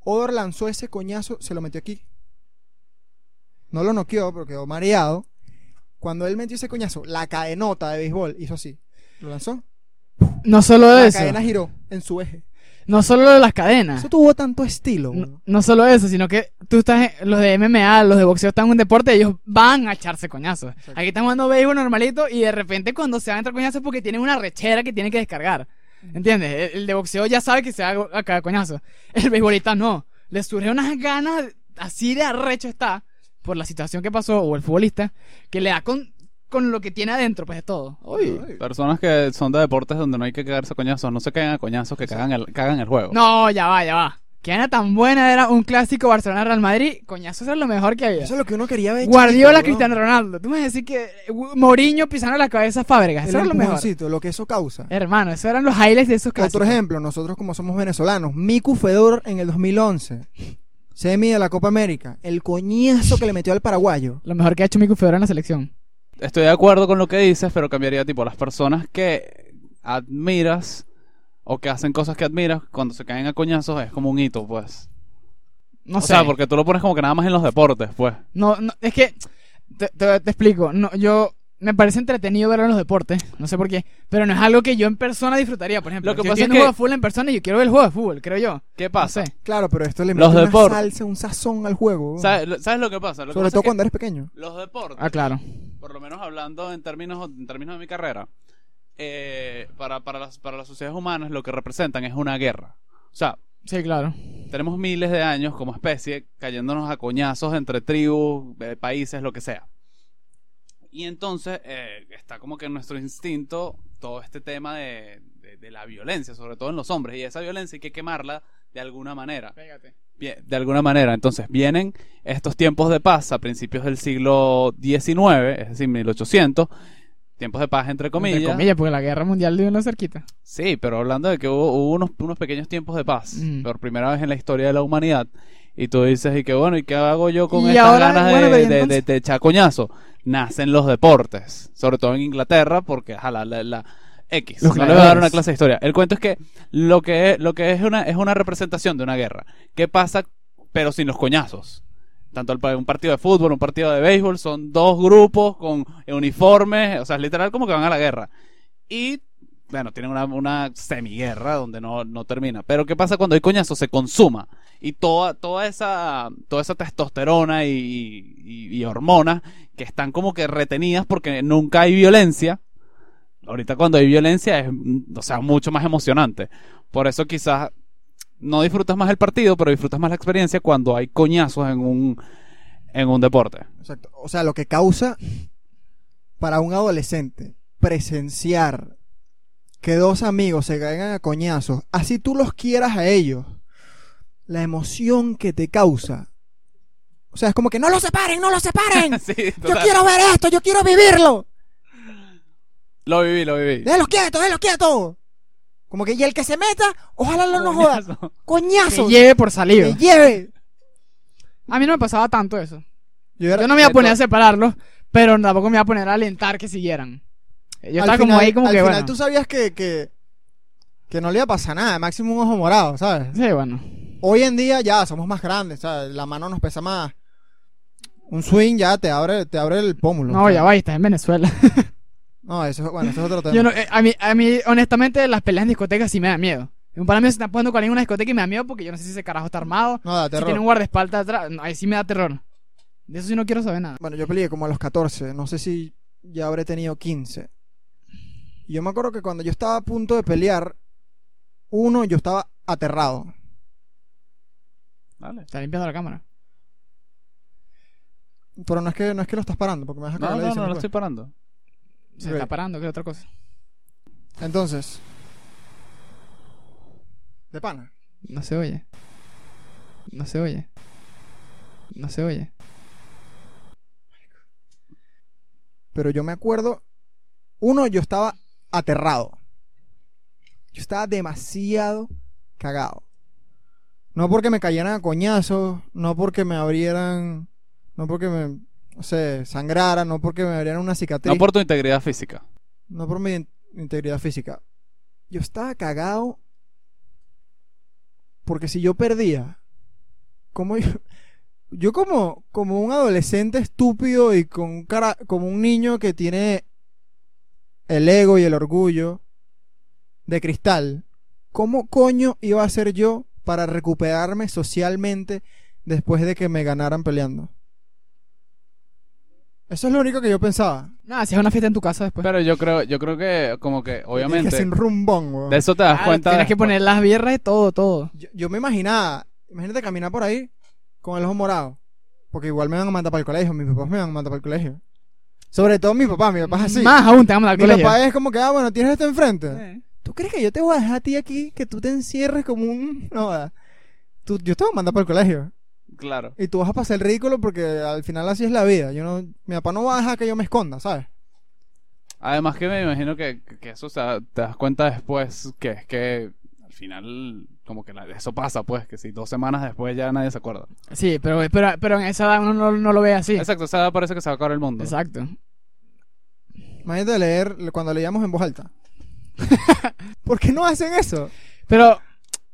Speaker 3: Odor lanzó ese coñazo, se lo metió aquí. No lo noqueó porque quedó mareado. Cuando él metió ese coñazo, la cadenota de béisbol hizo así. Lo lanzó.
Speaker 2: No solo
Speaker 3: La
Speaker 2: eso,
Speaker 3: cadena giró en su eje.
Speaker 2: no solo lo de las cadenas.
Speaker 3: Eso tuvo tanto estilo.
Speaker 2: No,
Speaker 3: weón.
Speaker 2: no solo eso, sino que tú estás, en- los de MMA, los de boxeo están en un deporte, ellos van a echarse coñazos. Aquí están jugando béisbol normalito y de repente cuando se van a entrar coñazos es porque tienen una rechera que tienen que descargar. ¿Entiendes? El, el de boxeo ya sabe que se va a go- a cada coñazo. El beisbolista no. Le surge unas ganas, así de arrecho está, por la situación que pasó, o el futbolista, que le da con, con lo que tiene adentro, pues de todo. Uy.
Speaker 1: Personas que son de deportes donde no hay que cagarse a coñazos, no se cagan a coñazos que cagan el, cagan el juego.
Speaker 2: No, ya va, ya va. Que era tan buena era un clásico Barcelona-Real Madrid. Coñazos era lo mejor que había.
Speaker 3: Eso es lo que uno quería ver.
Speaker 2: Guardiola,
Speaker 3: chiquito, weón.
Speaker 2: Cristiano Ronaldo. Tú me vas a decir que eh, Moriño pisando la cabeza a Fábregas.
Speaker 3: El
Speaker 2: Eso era lo mejor.
Speaker 3: empujoncito, lo que eso causa.
Speaker 2: Hermano, esos eran los highlights de esos casos.
Speaker 3: Otro ejemplo, nosotros como somos venezolanos, Miku Fedor en el 2011, semi de la Copa América, el coñazo que le metió al paraguayo.
Speaker 2: Lo mejor que ha hecho Miku Fedora en la selección.
Speaker 1: Estoy de acuerdo con lo que dices, pero cambiaría tipo las personas que admiras o que hacen cosas que admiras cuando se caen a coñazos es como un hito, pues.
Speaker 2: No
Speaker 1: o
Speaker 2: sé.
Speaker 1: sea, porque tú lo pones como que nada más en los deportes, pues.
Speaker 2: No, no, es que te, te- te explico. No, yo me parece entretenido verlo en los deportes, no sé por qué, pero no es algo que yo en persona disfrutaría, por ejemplo.
Speaker 1: Lo que
Speaker 2: Si
Speaker 1: pasa
Speaker 2: estoy
Speaker 1: es
Speaker 2: viendo un juego
Speaker 1: que-
Speaker 2: de fútbol en persona y yo quiero ver el juego de fútbol, creo yo.
Speaker 1: ¿Qué
Speaker 2: No
Speaker 1: pasa?
Speaker 2: sé.
Speaker 3: Claro, pero esto le
Speaker 1: Los
Speaker 3: mete una
Speaker 1: deportes.
Speaker 3: salsa, un sazón al juego.
Speaker 1: ¿Sabes, lo- ¿Sabes lo que pasa? Lo que
Speaker 3: Sobre
Speaker 1: pasa
Speaker 3: todo
Speaker 1: es que
Speaker 3: cuando eres pequeño.
Speaker 1: los deportes,
Speaker 2: Ah, claro.
Speaker 1: por lo menos hablando en términos, en términos de mi carrera, eh, para, para, las, para las sociedades humanas lo que representan es una guerra. O sea,
Speaker 2: Sí, claro.
Speaker 1: tenemos miles de años como especie cayéndonos a coñazos entre tribus, eh, países, lo que sea. Y entonces eh, está como que en nuestro instinto todo este tema de, de- de la violencia, sobre todo en los hombres. Y esa violencia hay que quemarla de alguna manera. Bien, de alguna manera. Entonces vienen estos tiempos de paz a principios del siglo XIX, es decir, 1800. Tiempos de paz entre comillas.
Speaker 2: Entre comillas, porque la guerra mundial de una cerquita.
Speaker 1: Sí, pero hablando de que hubo, hubo unos, unos pequeños tiempos de paz
Speaker 2: Mm.
Speaker 1: por primera vez en la historia de la humanidad. Y tú dices, y que bueno, ¿y qué hago yo con
Speaker 3: Y
Speaker 1: estas
Speaker 3: ahora,
Speaker 1: ganas
Speaker 3: bueno,
Speaker 1: de,
Speaker 3: pero ¿y
Speaker 1: de, de-
Speaker 3: entonces?
Speaker 1: de echar coñazo? Nacen los deportes, sobre todo en Inglaterra, porque ajá, la, la- la- X.
Speaker 2: Los
Speaker 1: no le voy a dar
Speaker 2: gladiadores.
Speaker 1: una clase de historia. El cuento es que lo que es, lo que es una es una representación de una guerra. ¿Qué pasa pero sin los coñazos? Tanto el pa- un partido de fútbol, un partido de béisbol, son dos grupos con uniformes, o sea, es literal como que van a la guerra. Y bueno, tienen una, una semiguerra donde no, no termina. Pero ¿qué pasa cuando hay coñazo? Se consuma. Y toda, toda esa toda esa testosterona y, y- y hormonas que están como que retenidas porque nunca hay violencia. Ahorita cuando hay violencia es, mm, o sea, mucho más emocionante. Por eso quizás no disfrutas más el partido, pero disfrutas más la experiencia cuando hay coñazos en un, en un deporte.
Speaker 3: Exacto. O sea, lo que causa para un adolescente presenciar que dos amigos se caigan a coñazos, así tú los quieras a ellos, la emoción que te causa. O sea, es como que no los separen, no los separen.
Speaker 1: Sí,
Speaker 3: Yo
Speaker 1: total.
Speaker 3: quiero ver esto, yo quiero vivirlo.
Speaker 1: Lo viví, lo viví.
Speaker 3: Déjenlos quietos, déjenlos quietos. Como que y el que se meta, ojalá no nos joda.
Speaker 1: Coñazo.
Speaker 2: Que
Speaker 3: Coñazos.
Speaker 2: lleve por saliva.
Speaker 3: Que lleve.
Speaker 2: A mí no me pasaba tanto eso.
Speaker 3: Yo
Speaker 2: Yo no me iba a poner a separarlos, pero tampoco me iba a poner a alentar que siguieran. Eh, Yo
Speaker 3: Al
Speaker 2: estaba como
Speaker 3: final-
Speaker 2: ahí, como
Speaker 3: al
Speaker 2: que
Speaker 3: final
Speaker 2: bueno.
Speaker 3: tú sabías que, que, que no le iba a pasar nada, máximo un ojo morado, ¿sabes?
Speaker 2: Sí, bueno.
Speaker 3: Hoy en día ya somos más grandes, ¿sabes? La mano nos pesa más. Un swing ya te abre, te abre el pómulo.
Speaker 2: No, ya va, y estás en Venezuela.
Speaker 3: No, eso, es- bueno, eso es otro tema.
Speaker 2: Yo no- eh, a, mí, a mí, honestamente, las peleas en discotecas sí me dan miedo. Un par de míos se está poniendo con alguien en una discoteca y me da miedo porque yo no sé si ese carajo está armado,
Speaker 3: No, da
Speaker 2: si
Speaker 3: terror.
Speaker 2: tiene un guardaespaldas atrás. No, ahí sí me da terror. De eso sí no quiero saber nada.
Speaker 3: Bueno, yo peleé como a los 14, no sé si ya habré tenido 15. Y yo me acuerdo que cuando yo estaba a punto de pelear, uno, yo estaba aterrado.
Speaker 1: Dale.
Speaker 2: Está limpiando la cámara.
Speaker 3: Pero no es que, no es que lo pues. estás parando, porque me vas a
Speaker 1: No,
Speaker 3: cagar la
Speaker 1: no,
Speaker 3: edición
Speaker 1: no, lo
Speaker 3: después.
Speaker 1: estoy parando.
Speaker 2: Se
Speaker 3: Ok.
Speaker 2: está parando, que es otra cosa.
Speaker 3: Entonces. De pana.
Speaker 2: No se oye. No se oye. No se oye.
Speaker 3: Pero yo me acuerdo. Uno, yo estaba aterrado. Yo estaba demasiado cagado. No porque me cayeran a coñazos, no porque me abrieran. No porque me. No sé, sangrara, no porque me abrieran una cicatriz.
Speaker 1: No por tu integridad física.
Speaker 3: no por mi in- integridad física. Yo estaba cagado porque si yo perdía, como yo, yo como, como un adolescente estúpido y con un cara, como un niño que tiene el ego y el orgullo de cristal, ¿cómo coño iba a ser yo para recuperarme socialmente después de que me ganaran peleando? Eso es lo único que yo pensaba.
Speaker 2: Nada, si es una fiesta en tu casa después.
Speaker 1: Pero yo creo, yo creo que como que
Speaker 3: Que
Speaker 1: obviamente
Speaker 3: sin rumbón, weón.
Speaker 1: de eso te das
Speaker 2: Ah,
Speaker 1: cuenta.
Speaker 2: Tienes que
Speaker 1: después.
Speaker 2: poner las birras y todo, todo.
Speaker 3: Yo, yo me imaginaba, imagínate caminar por ahí con el ojo morado. Porque igual me van a mandar para el colegio, mis papás me van a mandar para el colegio. Sobre todo mi papá, mi papá es así.
Speaker 2: Mm, Más aún te vamos al
Speaker 3: mi
Speaker 2: colegio.
Speaker 3: papá es como que, ah, bueno, tienes esto enfrente.
Speaker 2: Eh.
Speaker 3: ¿Tú crees que yo te voy a dejar a ti aquí, que tú te encierres como un... No, ah, tú, yo te voy a mandar para el colegio.
Speaker 1: Claro.
Speaker 3: Y tú vas a pasar el ridículo porque al final así es la vida. Yo no, mi papá no va a dejar que yo me esconda, ¿sabes?
Speaker 1: Además que me imagino que, que eso o sea, te das cuenta después que es que al final como que la- eso pasa pues que si dos semanas después ya nadie se acuerda.
Speaker 2: Sí, pero, pero, pero en esa edad uno no, no lo ve así.
Speaker 1: Exacto, o sea, parece que se va a acabar el mundo.
Speaker 2: Exacto.
Speaker 3: Imagínate leer cuando leíamos en voz alta. ¿Por qué no hacen eso?
Speaker 2: Pero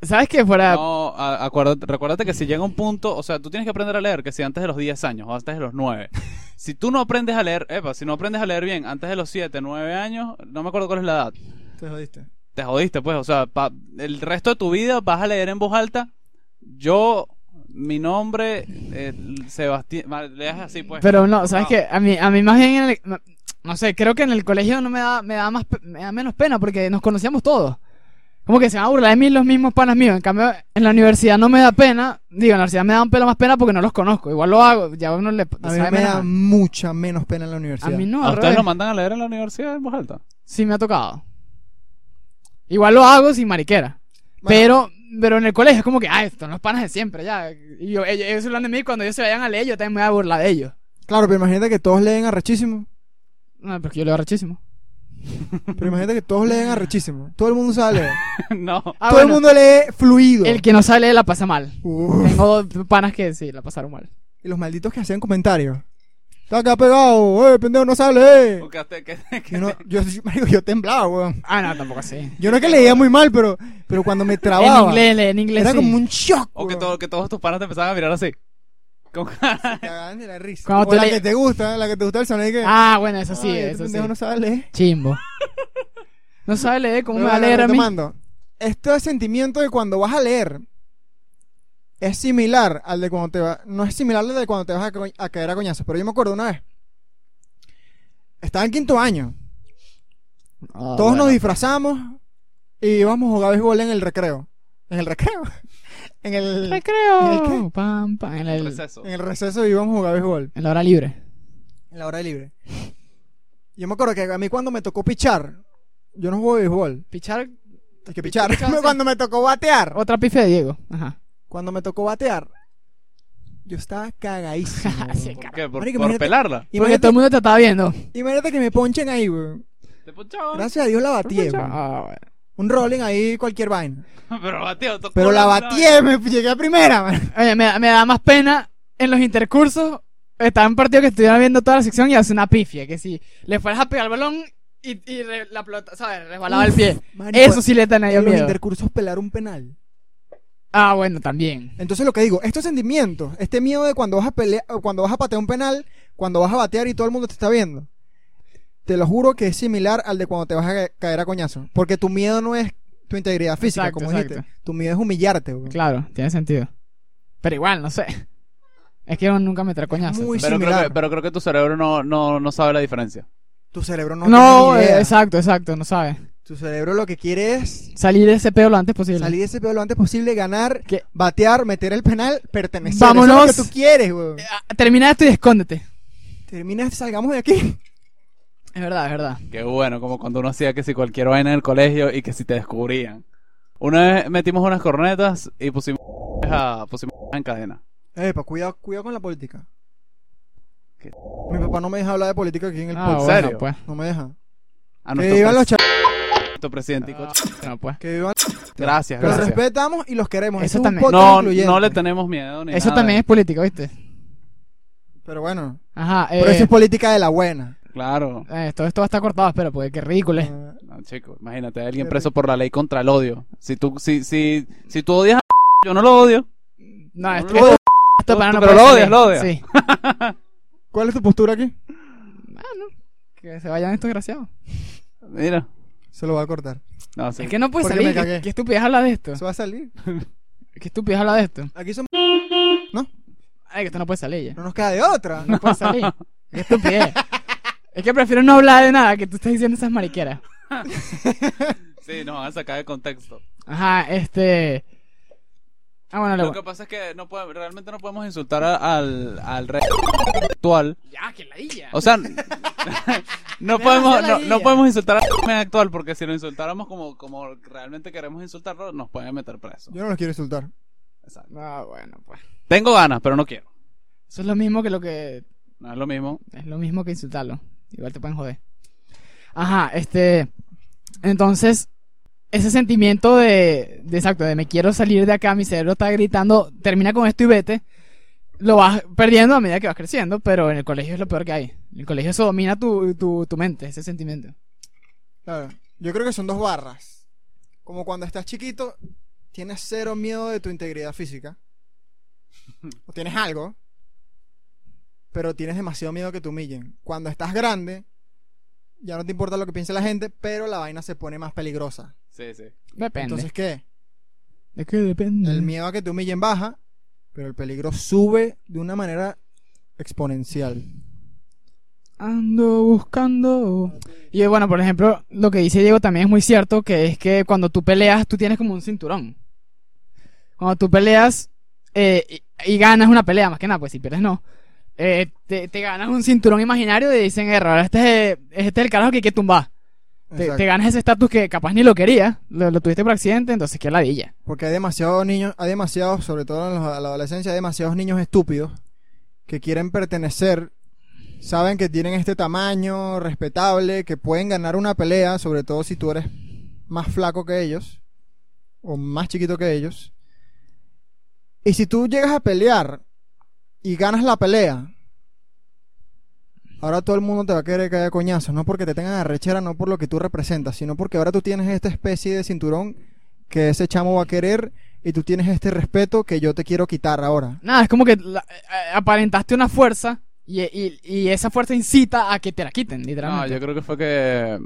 Speaker 2: ¿Sabes qué? Fuera.
Speaker 1: No, a- acuérdate, recuérdate que si llega un punto, o sea, tú tienes que aprender a leer, que si antes de los 10 años o antes de los 9. Si tú no aprendes a leer, epa, si no aprendes a leer bien antes de los 7, 9 años, no me acuerdo cuál es la edad,
Speaker 3: Te jodiste.
Speaker 1: te jodiste, pues, o sea, pa- el resto de tu vida vas a leer en voz alta, yo, mi nombre, eh, Sebastián, ma- leas así, pues.
Speaker 2: Pero no, ¿sabes
Speaker 1: No.
Speaker 2: qué? A mí, a mí más bien en el- no- No sé, creo que en el colegio no me da, me da más pe- me da menos pena porque nos conocíamos todos. Como que se van a burlar de mí los mismos panas míos. En cambio, en la universidad no me da pena. Digo, en la universidad me da un pelo más pena porque no los conozco. Igual lo hago. Ya uno le.
Speaker 3: A
Speaker 2: sabe
Speaker 3: mí me
Speaker 2: menos.
Speaker 3: da mucha menos pena en la
Speaker 2: a
Speaker 3: universidad.
Speaker 2: mí no.
Speaker 1: ¿A
Speaker 2: al
Speaker 1: ustedes
Speaker 2: revés.
Speaker 1: lo mandan a leer en la universidad en voz alta?
Speaker 2: Sí, me ha tocado. Igual lo hago sin mariquera.
Speaker 3: Bueno,
Speaker 2: Pero, pero en el colegio es como que, ah, estos son los panas de siempre, ya. Y yo, ellos, ellos se burlan de mí cuando ellos se vayan a leer, yo también me voy a burlar de ellos.
Speaker 3: Claro, pero imagínate que todos leen arrechísimo.
Speaker 2: No, porque yo leo rechísimo.
Speaker 3: Pero imagínate que todos leen arrechísimo. Todo el mundo sabe leer.
Speaker 1: no.
Speaker 2: Ah,
Speaker 3: Todo el
Speaker 2: bueno,
Speaker 3: mundo lee fluido.
Speaker 2: el que no sale la pasa mal.
Speaker 3: Uf.
Speaker 2: Tengo dos panas que sí, la pasaron mal.
Speaker 3: Y los malditos que hacían comentarios. Está acá pegado, eh, pendejo, no sale.
Speaker 1: Porque hasta que- que-
Speaker 3: Yo, no- yo, yo, marico, yo temblaba, weón.
Speaker 2: Ah, no, tampoco así.
Speaker 3: Yo no es que leía muy mal, pero, pero cuando me
Speaker 2: En
Speaker 3: trababa.
Speaker 2: inglés, en inglés.
Speaker 3: era
Speaker 2: sí.
Speaker 3: como un shock.
Speaker 1: o que,
Speaker 3: weón.
Speaker 1: todo- que todos tus panas te empezaban a mirar así. Con cara-
Speaker 3: Te cagaban de la risa.
Speaker 2: Cuando
Speaker 3: O
Speaker 2: tú
Speaker 3: la
Speaker 2: le-
Speaker 3: que te gusta, la que te gusta el sonido. que-
Speaker 2: Ah, bueno, eso sí,
Speaker 3: "Ay, este
Speaker 2: eso sí.
Speaker 3: pendejo no sabe leer.
Speaker 2: Chimbo. No sabe leer, ¿cómo
Speaker 3: Pero
Speaker 2: me va a
Speaker 3: bueno,
Speaker 2: leer a mí?
Speaker 3: retomando, Este sentimiento de cuando vas a leer es similar al de cuando te va, no es similar al de cuando te vas a, co- a caer a coñazos, pero yo me acuerdo una vez. Estaba en quinto año,
Speaker 2: Ah,
Speaker 3: todos
Speaker 2: bueno.
Speaker 3: nos disfrazamos y íbamos a jugar béisbol en el recreo. En el recreo. en el ¿En el
Speaker 2: Recreo. Pam, pam, en, el-
Speaker 1: receso.
Speaker 3: en el receso íbamos a jugar béisbol
Speaker 2: en la hora libre.
Speaker 3: en la hora libre. Yo me acuerdo que a mí cuando me tocó pichar, yo no juego béisbol,
Speaker 2: Pichar
Speaker 3: hay que pichar.
Speaker 2: Pichar, sí.
Speaker 3: cuando me tocó batear,
Speaker 2: otra pife de Diego. Ajá.
Speaker 3: Cuando me tocó batear, yo estaba cagadísimo.
Speaker 2: Así es,
Speaker 3: weón.
Speaker 1: ¿Por
Speaker 2: Ah, carajo.
Speaker 1: qué? Por,
Speaker 3: Marico,
Speaker 1: por
Speaker 3: imagínate-
Speaker 1: pelarla.
Speaker 2: Porque todo
Speaker 3: Imagínate,
Speaker 2: el mundo te estaba viendo.
Speaker 3: imagínate que me ponchen ahí, weón.
Speaker 1: Te ponchaban.
Speaker 3: Gracias a Dios la batié, weón.
Speaker 2: Ah, bueno.
Speaker 3: Un rolling ahí, cualquier vaina.
Speaker 1: Pero batió, tocó
Speaker 3: Pero la
Speaker 1: una-
Speaker 3: batié, me llegué a primera, man.
Speaker 2: Oye, me, da- me da más pena en los intercursos. Estaba en partido que estuviera viendo toda la sección y hace una pifia. Que si le fueras a pegar el balón y, y re- la pelota, ¿sabes? Resbalaba el pie.
Speaker 3: Marico,
Speaker 2: Eso sí le tenía yo
Speaker 3: en los
Speaker 2: miedo.
Speaker 3: intercursos pelar un penal.
Speaker 2: Ah, bueno, también.
Speaker 3: Entonces lo que digo, estos sentimientos, este miedo de cuando vas a pelear, cuando vas a patear un penal, cuando vas a batear y todo el mundo te está viendo. Te lo juro que es similar al de cuando te vas a ca- caer a coñazo. Porque tu miedo no es tu integridad física,
Speaker 2: Exacto,
Speaker 3: como
Speaker 2: exacto.
Speaker 3: dijiste. Tu miedo es humillarte, weón.
Speaker 2: Claro, tiene sentido. Pero igual, no sé. Es que yo nunca me trae coñazo.
Speaker 3: Muy
Speaker 1: Pero creo,
Speaker 3: similar.
Speaker 1: que, pero creo que tu cerebro no, no, no sabe la diferencia.
Speaker 3: Tu cerebro no,
Speaker 2: No,
Speaker 3: tiene ni
Speaker 2: eh,
Speaker 3: idea.
Speaker 2: exacto, exacto, no sabe.
Speaker 3: Tu cerebro lo que quiere es
Speaker 2: Salir de ese pedo lo antes posible.
Speaker 3: salir de ese pedo lo antes posible, ganar,
Speaker 2: ¿Qué?
Speaker 3: batear, meter el penal, pertenecer.
Speaker 2: Vámonos.
Speaker 3: Eso es lo que tú quieres, weón.
Speaker 2: Ah, Termina esto y escóndete.
Speaker 3: Termina, salgamos de aquí.
Speaker 2: Es verdad, es verdad.
Speaker 1: Qué bueno, como cuando uno hacía que si cualquier vaina en el colegio y que si te descubrían. Una vez metimos unas cornetas y pusimos a- pusimos en cadena.
Speaker 3: Epa, cuidado, cuidado con la política.
Speaker 1: ¿Qué?
Speaker 3: Mi papá no me deja hablar de política aquí en el
Speaker 2: Ah,
Speaker 3: podcast.
Speaker 2: bueno,
Speaker 1: serio?
Speaker 2: pues.
Speaker 3: No me deja.
Speaker 1: A
Speaker 3: Que vivan los Ah, chavos.
Speaker 1: nuestro presidente. y co-
Speaker 2: Bueno, pues.
Speaker 3: Que vivan.
Speaker 1: Gracias,
Speaker 3: Los
Speaker 1: gracias.
Speaker 3: respetamos y los queremos.
Speaker 2: Eso
Speaker 3: Este es un
Speaker 2: también.
Speaker 3: podcast
Speaker 1: No,
Speaker 3: incluyente.
Speaker 1: no le tenemos miedo ni
Speaker 2: Eso
Speaker 1: nada.
Speaker 2: también es político, ¿viste?
Speaker 3: Pero bueno.
Speaker 2: Ajá, eh,
Speaker 3: Pero eso es política de la buena.
Speaker 1: Claro.
Speaker 2: eh, todo esto va a estar cortado, espera, porque qué ridículo es.
Speaker 3: Ah,
Speaker 1: No, chico, imagínate, hay alguien
Speaker 3: Qué
Speaker 1: preso por la ley contra el odio. Si tú, si, si, si tú odias a yo no lo odio.
Speaker 2: No, esto,
Speaker 1: lo
Speaker 2: esto-
Speaker 1: odio.
Speaker 2: esto
Speaker 1: tú-
Speaker 2: para no
Speaker 1: pero
Speaker 2: puede
Speaker 1: lo
Speaker 2: salir.
Speaker 1: odias, lo odias.
Speaker 2: Sí.
Speaker 3: ¿Cuál es tu postura aquí?
Speaker 2: Que se vayan estos desgraciados.
Speaker 1: Mira.
Speaker 3: Se lo voy a cortar.
Speaker 1: No, sí.
Speaker 2: Es que no puede
Speaker 3: Porque me
Speaker 2: salir.
Speaker 3: cagué.
Speaker 2: Qué, qué estupidez habla de esto.
Speaker 3: Eso va a salir.
Speaker 2: Qué estupidez habla de esto.
Speaker 3: Aquí somos.
Speaker 2: Ay, que esto no puede salir ya.
Speaker 3: No nos queda de otra.
Speaker 2: No puede salir. qué estupidez. es que prefiero no hablar de nada que tú estás diciendo esas mariqueras.
Speaker 1: Sí, nos van a sacar de contexto.
Speaker 2: Ajá, este. Ah, bueno,
Speaker 1: Lo
Speaker 2: luego.
Speaker 1: que pasa es que no podemos- realmente no podemos insultar a- al, al rey actual.
Speaker 2: Ya, que ladilla.
Speaker 1: O sea, no, podemos, no,
Speaker 2: ladilla.
Speaker 1: no podemos insultar al rey actual porque si lo insultáramos como, como realmente queremos insultarlo, nos pueden meter preso.
Speaker 3: Yo no los quiero insultar.
Speaker 1: Exacto.
Speaker 2: No, bueno, pues.
Speaker 1: Tengo ganas, pero no quiero.
Speaker 2: Eso es lo mismo que lo que
Speaker 1: No es lo mismo.
Speaker 2: Es lo mismo que insultarlo. Igual te pueden joder. Ajá, este. Entonces, ese sentimiento de, de Exacto, de me quiero salir de acá, mi cerebro está gritando, termina con esto y vete. Lo vas perdiendo a medida que vas creciendo, pero en el colegio es lo peor que hay. En el colegio eso domina tu, tu, tu mente, ese sentimiento.
Speaker 3: Claro. Yo creo que son dos barras. Como cuando estás chiquito, tienes cero miedo de tu integridad física, o tienes algo, pero tienes demasiado miedo que te humillen. Cuando estás grande, ya no te importa lo que piense la gente, pero la vaina se pone más peligrosa.
Speaker 1: Sí, sí.
Speaker 2: Depende.
Speaker 3: Entonces, ¿qué?
Speaker 2: ¿De qué depende?
Speaker 3: El miedo a que te humillen baja, pero el peligro sube de una manera exponencial.
Speaker 2: Ando buscando. Y eh, bueno, por ejemplo, lo que dice Diego también es muy cierto, que es que cuando tú peleas, tú tienes como un cinturón. Cuando tú peleas eh, y, y ganas una pelea, más que nada, pues si pierdes no. Eh, te, te ganas un cinturón imaginario y dicen, "Eh, ahora este es, este es el carajo que hay que tumbar. Te,
Speaker 3: Exacto.
Speaker 2: te ganas ese estatus que capaz ni lo querías, lo, lo tuviste por accidente, entonces qué ladilla.
Speaker 3: Porque hay demasiados niños, hay demasiados, sobre todo en la la adolescencia, hay demasiados niños estúpidos que quieren pertenecer, saben que tienen este tamaño respetable, que pueden ganar una pelea, sobre todo si tú eres más flaco que ellos o más chiquito que ellos. Y si tú llegas a pelear y ganas la pelea, ahora todo el mundo te va a querer caer a coñazos, no porque te tengan arrechera, no por lo que tú representas, sino porque ahora tú tienes esta especie de cinturón que ese chamo va a querer y tú tienes este respeto que yo te quiero quitar ahora.
Speaker 2: Nada, es como que la- eh, aparentaste una fuerza y, y- y esa fuerza incita a que te la quiten,
Speaker 1: No,
Speaker 2: literalmente.
Speaker 1: yo creo que fue que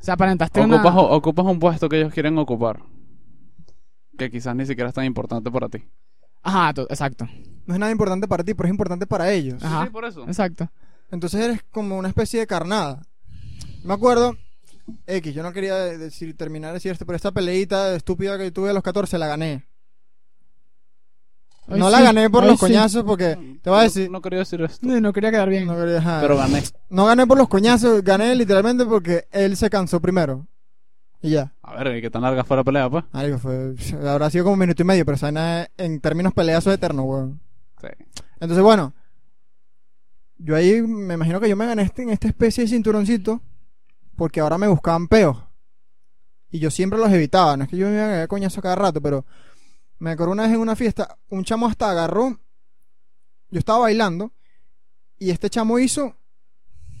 Speaker 2: O sea, aparentaste una...
Speaker 1: ocupas, ocupas un puesto que ellos quieren ocupar. Que quizás ni siquiera es tan importante para ti.
Speaker 2: Ajá, to- exacto.
Speaker 3: No es nada importante para ti, pero es importante para ellos.
Speaker 2: Ajá.
Speaker 1: Sí, por eso.
Speaker 2: Exacto.
Speaker 3: Entonces eres como una especie de carnada. Me acuerdo, X, yo no quería decir, terminar de decir esto, pero esta peleita estúpida que tuve a los 14 la gané.
Speaker 2: Ay,
Speaker 3: no la
Speaker 2: sí,
Speaker 3: gané por
Speaker 2: ay,
Speaker 3: los
Speaker 2: sí.
Speaker 3: coñazos porque, te voy a decir,
Speaker 1: Mm, No, no quería decir esto.
Speaker 2: No, no quería quedar bien.
Speaker 3: no, quería- ajá.
Speaker 1: Pero gané.
Speaker 3: No gané por los coñazos, gané literalmente porque él se cansó primero. Y ya.
Speaker 1: A ver, ¿y qué tan larga fue la pelea, pues?
Speaker 3: Marico, fue, habrá sido como un minuto y medio, pero esa vaina, en términos peleas eso es eterno, weón.
Speaker 1: Sí.
Speaker 3: Entonces, bueno, yo ahí me imagino que yo me gané este- en esta especie de cinturoncito porque ahora me buscaban peos. Y yo siempre los evitaba. No es que yo me iba a cagar coñazo cada rato, pero me acuerdo una vez en una fiesta, un chamo hasta agarró. Yo estaba bailando y este chamo hizo.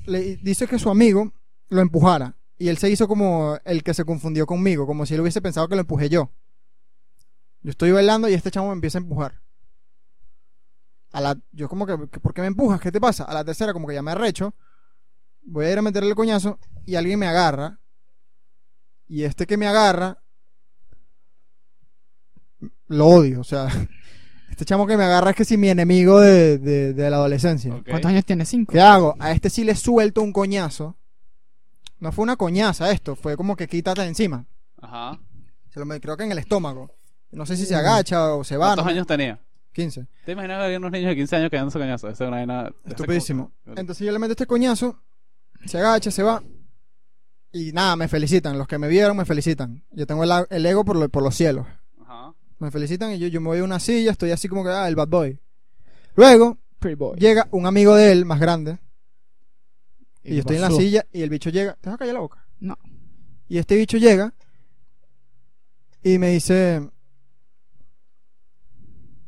Speaker 3: Le dice que su amigo lo empujara. Y él se hizo como el que se confundió conmigo, como si él hubiese pensado que lo empujé yo. Yo estoy bailando y este chamo me empieza a empujar. A la, yo como que, que, ¿por qué me empujas? ¿Qué te pasa? A la tercera como que ya me arrecho. Voy a ir a meterle el coñazo y alguien me agarra. Y este que me agarra, lo odio. O sea, este chamo que me agarra es que si mi enemigo de, de- de la adolescencia.
Speaker 1: Ok.
Speaker 2: ¿Cuántos años tiene? Cinco.
Speaker 3: ¿Qué hago? A este sí le suelto un coñazo. No fue una coñaza esto, fue como que quítate de encima.
Speaker 1: Ajá.
Speaker 3: Se lo me creo que en el estómago. No sé si se agacha o se va.
Speaker 1: ¿Cuántos
Speaker 3: no-
Speaker 1: años tenía?
Speaker 3: 15.
Speaker 1: ¿Te imaginas que había unos niños de 15 años quedándose coñazos? Esa es una vaina...
Speaker 3: Estupidísimo.
Speaker 1: Esa-
Speaker 3: Entonces yo le meto este coñazo, se agacha, se va. Y nada, me felicitan. Los que me vieron me felicitan. Yo tengo el, el ego por, lo- por los cielos.
Speaker 1: Ajá.
Speaker 3: Me felicitan y yo, yo me voy a una silla, estoy así como que, ah, el bad boy. Luego
Speaker 2: Pretty boy.
Speaker 3: llega un amigo de él, más grande, y,
Speaker 2: qué
Speaker 3: yo estoy en la
Speaker 2: pasó?
Speaker 3: silla y el bicho llega. ¿Te vas a callar la boca?
Speaker 2: No.
Speaker 3: Y este bicho llega y me dice.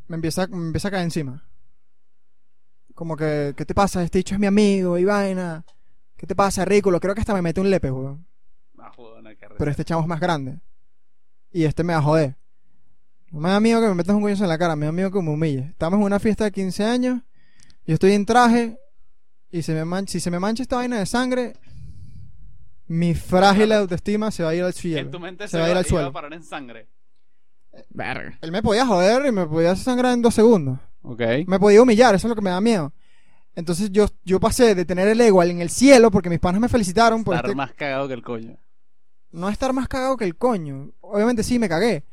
Speaker 3: Me empieza, me empieza a caer encima. Como que, ¿qué te pasa? Este bicho es mi amigo y vaina. ¿Qué te pasa, ridículo? Creo que hasta me mete un lepe, weón.
Speaker 1: Ah, jodona, qué
Speaker 3: Pero
Speaker 1: arrecho.
Speaker 3: este chavo es más grande. Y este me va a joder. No me da miedo que me metas un coñazo en la cara, me da miedo que me humille. Estamos en una fiesta de 15 años, yo estoy en traje, y se me man- si se me mancha esta vaina de sangre, mi frágil autoestima se va a ir al cielo.
Speaker 1: En tu mente
Speaker 3: se va a ir al
Speaker 1: iba
Speaker 3: suelo.
Speaker 1: a parar en sangre.
Speaker 2: Verga.
Speaker 3: Él me podía joder y me podía hacer sangrar en dos segundos.
Speaker 1: Ok.
Speaker 3: Me podía humillar, eso es lo que me da miedo. Entonces yo, yo pasé de tener el ego en el cielo porque mis panas me felicitaron por
Speaker 1: Estar
Speaker 3: este-
Speaker 1: más cagado que el coño.
Speaker 3: no estar más cagado que el coño. Obviamente sí, me cagué.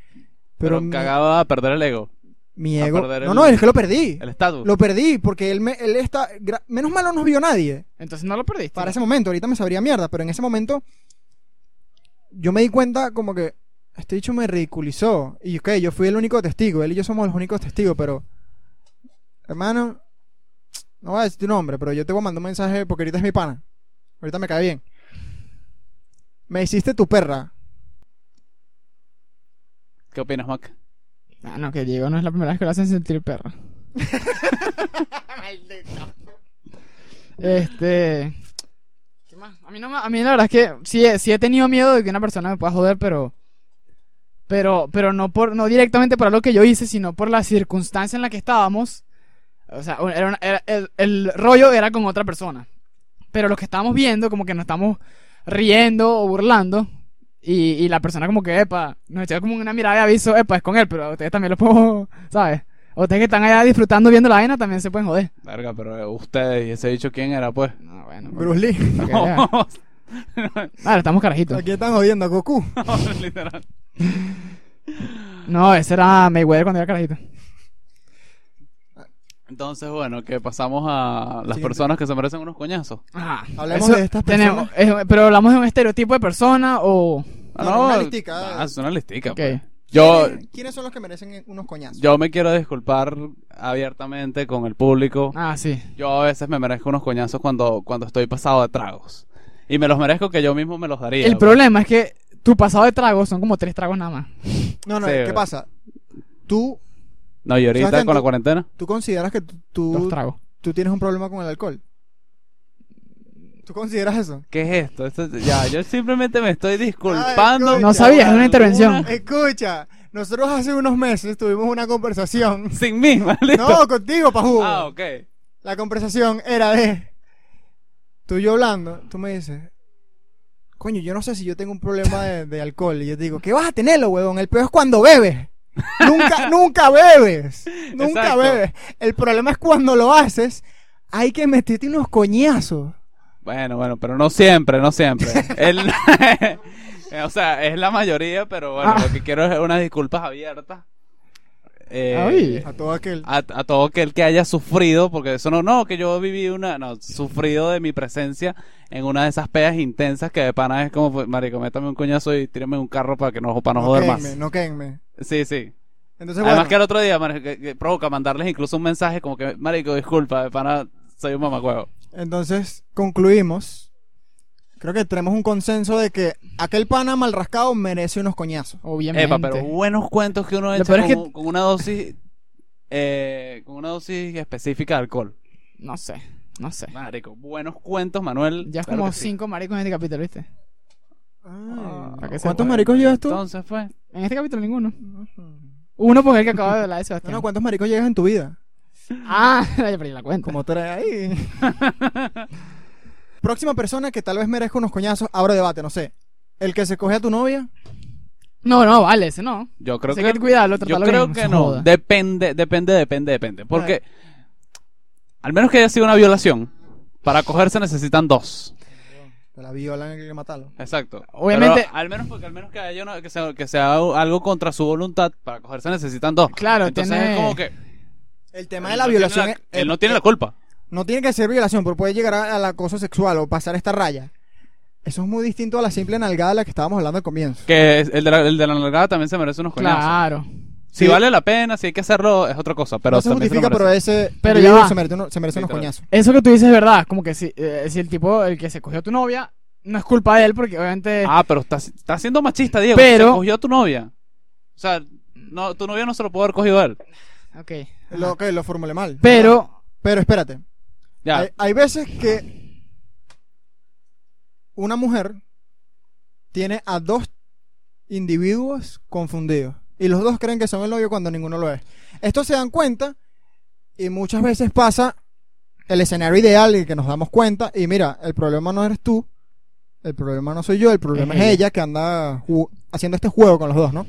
Speaker 3: Pero,
Speaker 1: Pero,
Speaker 3: mi-
Speaker 1: cagado a perder el ego.
Speaker 3: mi
Speaker 1: a
Speaker 3: ego...
Speaker 1: perder
Speaker 3: No,
Speaker 1: el-
Speaker 3: no, es que lo perdí.
Speaker 1: El estatus.
Speaker 3: Lo perdí porque él, me, él está... gra- Menos malo no nos vio nadie
Speaker 2: Entonces no lo perdiste.
Speaker 3: para ese momento. Ahorita me sabría mierda, pero en ese momento yo me di cuenta como que este dicho me ridiculizó. Y ok, yo fui el único testigo. Él y yo somos los únicos testigos, pero... Hermano, no voy a decir tu nombre, pero yo te voy a mandar un mensaje porque ahorita es mi pana. Ahorita me cae bien. Me hiciste tu perra.
Speaker 1: ¿Qué opinas, Mac?
Speaker 2: Ah, no, que Diego no es la primera vez que lo hacen sentir perro. Este. ¿Qué más? A mí, no, me- a mí la verdad es que sí, he- sí he tenido miedo de que una persona me pueda joder, pero. Pero, pero no, por, no directamente por lo que yo hice, sino por la circunstancia en la que estábamos. O sea, un- era una- era- el, el rollo era con otra persona. Pero los que estábamos viendo, como que nos estamos riendo o burlando. Y, y la persona como que, epa, nos echaba como una mirada de aviso, epa, es con él, pero a ustedes también lo puedo, ¿sabes? Ustedes que están allá disfrutando viendo la vaina también se pueden joder.
Speaker 1: Verga, pero eh, ustedes, y ese dicho quién era, pues.
Speaker 2: No, bueno.
Speaker 3: Bruce Lee.
Speaker 1: Oh,
Speaker 2: porque- Claro, estamos carajitos.
Speaker 3: Aquí están jodiendo a Goku.
Speaker 1: Literal.
Speaker 2: No, ese era Mayweather cuando era carajito.
Speaker 1: Entonces, bueno, que pasamos a las
Speaker 3: Siguiente.
Speaker 1: personas que se merecen unos coñazos.
Speaker 2: Ajá.
Speaker 3: Hablemos de estas
Speaker 2: tenemos- eh, pero hablamos de un estereotipo de persona o.
Speaker 1: Ah,
Speaker 3: No, no, una listica.
Speaker 1: Ah, es una listica.
Speaker 2: Ok.
Speaker 1: pues. Yo,
Speaker 3: ¿Quiénes- ¿Quiénes son los que merecen unos coñazos?
Speaker 1: yo me quiero disculpar abiertamente con el público.
Speaker 2: Ah, sí.
Speaker 1: Yo a veces me merezco unos coñazos cuando, cuando estoy pasado de tragos. Y me los merezco que yo mismo me los daría.
Speaker 2: El
Speaker 1: pues.
Speaker 2: problema es que tu pasado de tragos son como tres tragos nada más.
Speaker 3: No, no,
Speaker 1: Sí,
Speaker 3: ¿qué
Speaker 1: bro.
Speaker 3: pasa? Tú,
Speaker 1: No, y ahorita
Speaker 3: Sebastián,
Speaker 1: con la
Speaker 3: tú-
Speaker 1: cuarentena.
Speaker 3: tú consideras que tú,
Speaker 2: Dos
Speaker 3: tú,
Speaker 2: tragos.
Speaker 3: tú tienes un problema con el alcohol. ¿Tú consideras eso?
Speaker 1: ¿Qué es esto? Esto- ya, yo simplemente me estoy disculpando.
Speaker 3: Ay,
Speaker 2: No
Speaker 1: por
Speaker 2: sabía, es una
Speaker 1: alguna-
Speaker 2: intervención.
Speaker 3: Escucha, nosotros hace unos meses tuvimos una conversación.
Speaker 1: Sin mí, maldito.
Speaker 3: No, contigo, Pajú.
Speaker 1: Ah, ok.
Speaker 3: La conversación era de tú y yo hablando, tú me dices, coño, yo no sé si yo tengo un problema de, de alcohol. Y yo te digo, ¿qué vas a tenerlo, huevón? El peor es cuando bebes. Nunca, nunca bebes. Nunca
Speaker 1: Exacto.
Speaker 3: bebes. El problema es cuando lo haces, hay que meterte unos coñazos.
Speaker 1: Bueno, bueno, pero no siempre, no siempre. El- o sea, es la mayoría, pero bueno,
Speaker 2: Ah.
Speaker 1: lo que quiero es unas disculpas abiertas. Eh,
Speaker 2: Ay.
Speaker 3: A todo aquel.
Speaker 1: a, a todo aquel que haya sufrido, porque eso no, no, que yo viví una, no, sufrido de mi presencia en una de esas pedas intensas que de pana es como, pues, marico, métame un coñazo y tírame un carro para que no, para no joder
Speaker 3: quéenme,
Speaker 1: más.
Speaker 3: no quéenme.
Speaker 1: Sí, sí.
Speaker 3: Entonces,
Speaker 1: Además
Speaker 3: bueno,
Speaker 1: que al otro día, marico, que- que provoca mandarles incluso un mensaje como que, marico, disculpa, de pana, soy un mamacuevo.
Speaker 3: entonces concluimos. Creo que tenemos un consenso de que aquel pana mal rascado merece unos coñazos.
Speaker 2: Obviamente.
Speaker 1: Epa, pero uh. buenos cuentos que uno
Speaker 2: Lo
Speaker 1: echa
Speaker 2: peor
Speaker 1: con,
Speaker 2: es que-
Speaker 1: un- con una dosis, eh, con una dosis específica de alcohol.
Speaker 2: No sé, no sé.
Speaker 1: Marico, buenos cuentos, Manuel.
Speaker 2: Ya es
Speaker 1: Claro
Speaker 2: como
Speaker 1: que sí.
Speaker 2: cinco maricos en este capítulo, ¿viste?
Speaker 3: Ay.
Speaker 2: ¿Para qué se
Speaker 3: ¿Cuántos
Speaker 2: puede?
Speaker 3: maricos llevas tú?
Speaker 1: Entonces pues, fue.
Speaker 2: En este capítulo ninguno.
Speaker 3: Ujú.
Speaker 2: Uno porque el que acaba de hablar de
Speaker 3: No,
Speaker 2: Sebastián.
Speaker 3: no, ¿cuántos maricos llegas en tu vida?
Speaker 2: Ah, ya perdí la cuenta.
Speaker 3: Como tres ahí. Próxima persona que tal vez merezca unos coñazos, abro debate, no sé. El que se coge a tu novia,
Speaker 2: No, no, vale, ese no.
Speaker 1: Yo creo
Speaker 2: Ese
Speaker 1: que
Speaker 2: hay que cuidarlo, tratarlo
Speaker 1: Yo creo
Speaker 2: bien,
Speaker 1: que
Speaker 2: se
Speaker 1: no.
Speaker 2: joda.
Speaker 1: Depende, depende, depende, depende. Porque al menos que haya sido una violación, para cogerse necesitan dos.
Speaker 3: te la violan hay que matarlo.
Speaker 1: Exacto.
Speaker 2: Obviamente-
Speaker 1: Pero al menos porque al menos que haya una- que sea, que sea algo contra su voluntad, para cogerse necesitan dos.
Speaker 2: Claro,
Speaker 1: Entonces
Speaker 2: tiene-
Speaker 1: es como que
Speaker 3: El tema de
Speaker 1: él
Speaker 3: la
Speaker 1: no
Speaker 3: violación
Speaker 1: tiene la-
Speaker 3: es-
Speaker 1: él no tiene la culpa.
Speaker 3: no tiene que ser violación, pero puede llegar a- al acoso sexual o pasar esta raya. Eso es muy distinto a la simple nalgada de la que estábamos hablando al comienzo.
Speaker 1: Que es- el de la, el de la nalgada también se merece unos coñazos.
Speaker 2: Claro.
Speaker 1: Si
Speaker 3: Sí.
Speaker 1: vale la pena, si hay que hacerlo, es otra cosa. Pero
Speaker 3: no se
Speaker 1: también
Speaker 3: justifica,
Speaker 1: lo
Speaker 3: pero
Speaker 1: merece.
Speaker 3: ese
Speaker 2: Pero ya
Speaker 3: individuo
Speaker 2: va.
Speaker 3: se merece, uno- se merece unos
Speaker 1: Literal.
Speaker 3: coñazos.
Speaker 2: Eso que tú dices es verdad. Como que si, eh, si el tipo, el que se cogió a tu novia, no es culpa de él porque obviamente...
Speaker 1: Ah, pero estás, estás siendo machista, Diego.
Speaker 2: Pero-
Speaker 1: Te cogió a tu novia. O sea, no, tu novia no se lo pudo haber cogido a él.
Speaker 2: Ok.
Speaker 3: Lo que lo formulé mal.
Speaker 2: Pero...
Speaker 3: Pero espérate.
Speaker 1: Ya.
Speaker 3: Hay, hay veces que una mujer tiene a dos individuos confundidos y los dos creen que son el novio cuando ninguno lo es. Esto se dan cuenta y muchas veces pasa el escenario ideal y que nos damos cuenta y mira, el problema no eres tú, el problema no soy yo, el problema
Speaker 2: Es
Speaker 3: es,
Speaker 2: ella.
Speaker 3: ella. que anda ju- haciendo este juego con los dos, ¿no?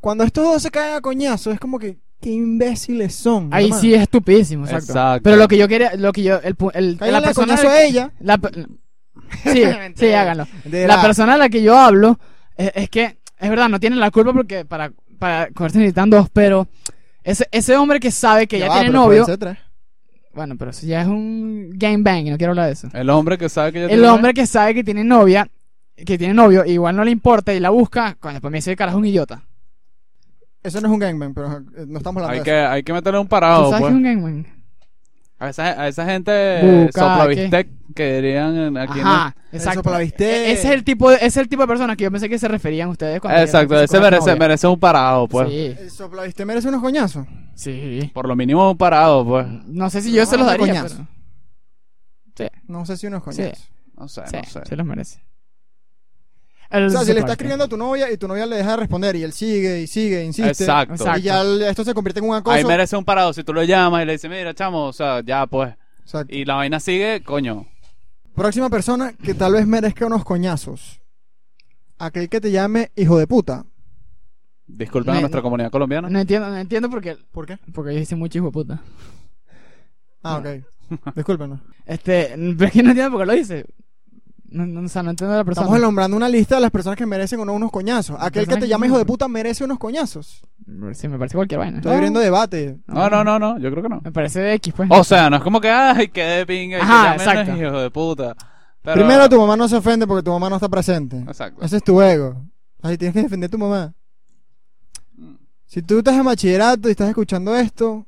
Speaker 3: Cuando estos dos se caen a coñazo es como que qué imbéciles son.
Speaker 2: Ahí
Speaker 3: hermano.
Speaker 2: sí es estupidísimo, exacto.
Speaker 1: Exacto.
Speaker 2: Pero lo que yo quería, lo que yo, el, pu- el, la
Speaker 3: Cállale a
Speaker 2: persona...
Speaker 3: coñazo a ella.
Speaker 2: la pe- sí, sí, háganlo.
Speaker 3: de
Speaker 2: la persona a la que yo hablo eh, es, que es verdad no tienen la culpa porque para para cogerse necesitan dos pero ese, ese hombre que sabe que ya,
Speaker 3: va,
Speaker 2: tiene
Speaker 3: pero
Speaker 2: novio
Speaker 3: pueden ser tres.
Speaker 2: bueno pero eso ya es un game bang y no quiero hablar de eso
Speaker 1: El hombre que sabe que ya
Speaker 2: el
Speaker 1: tiene
Speaker 2: hombre que sabe que tiene novia que tiene novio igual no le importa y la busca coño después me dice el carajo es un idiota
Speaker 3: Eso no es un gangbang, pero eh, no estamos hablando
Speaker 1: Hay
Speaker 3: de
Speaker 1: que, hay que meterle un
Speaker 2: ¿Tú
Speaker 1: parado,
Speaker 2: sabes
Speaker 1: pues.
Speaker 2: qué es un game bang?
Speaker 1: A, esa, a esa gente
Speaker 2: Bucaque.
Speaker 1: soplavistec que dirían en- aquí en-
Speaker 2: ajá
Speaker 3: eso. Eso
Speaker 2: exacto
Speaker 3: para la viste.
Speaker 2: E- ese es el tipo de, ese es el tipo de persona que yo pensé que se referían ustedes cuando
Speaker 1: Exacto,
Speaker 2: dijeron que se
Speaker 1: ese
Speaker 2: cogen
Speaker 1: merece,
Speaker 2: novia.
Speaker 1: merece un parado, pues.
Speaker 3: El soplaviste merece unos coñazos.
Speaker 2: sí sí
Speaker 1: Por lo mínimo un parado, pues.
Speaker 2: no sé si yo se los
Speaker 3: Vamos de
Speaker 2: daría
Speaker 3: Ah, coñazo.
Speaker 2: pero-
Speaker 3: No sé si unos coñazos.
Speaker 1: No sé,
Speaker 2: Sí,
Speaker 1: no sé.
Speaker 2: se los merece. El-
Speaker 3: O sea, si le estás
Speaker 2: claro.
Speaker 3: escribiendo a tu novia y tu novia le deja de responder y él sigue y sigue, insiste.
Speaker 1: Exacto.
Speaker 2: Exacto.
Speaker 3: Y ya el- esto se convierte en un acoso.
Speaker 1: Ahí merece un parado. Si tú lo llamas y le dices, mira, chamo, o sea, ya pues.
Speaker 3: Exacto.
Speaker 1: Y la vaina sigue, coño.
Speaker 3: Próxima persona que tal vez merezca unos coñazos. Aquel que te llame hijo de puta.
Speaker 1: Disculpen a
Speaker 2: Me-
Speaker 1: nuestra comunidad colombiana.
Speaker 2: No entiendo, no entiendo porque,
Speaker 3: ¿Por qué?
Speaker 2: porque yo hice mucho hijo de puta.
Speaker 3: Ah, ok. Discúlpenos.
Speaker 2: Este, pero es que no entiendo por qué lo hice. No, no, o sea, no entiendo a la persona.
Speaker 3: Estamos nombrando una lista de las personas que merecen uno- unos coñazos. Aquel que
Speaker 2: Personas
Speaker 3: te
Speaker 2: que
Speaker 3: llame
Speaker 2: son-
Speaker 3: hijo de puta merece unos coñazos.
Speaker 2: Sí, me parece cualquier vaina.
Speaker 3: Estoy abriendo debate.
Speaker 1: No, no, no, no, yo creo que no.
Speaker 2: Me parece X, pues.
Speaker 1: O sea, no es como que, ay, que de pinga y
Speaker 2: Ajá,
Speaker 1: que llamen,
Speaker 2: exacto.
Speaker 1: hijo de puta. Pero-
Speaker 3: Primero, tu mamá no se ofende porque tu mamá no está presente.
Speaker 1: Exacto.
Speaker 3: Ese es tu ego. Ahí tienes que defender a tu mamá. Si tú estás en bachillerato y estás escuchando esto,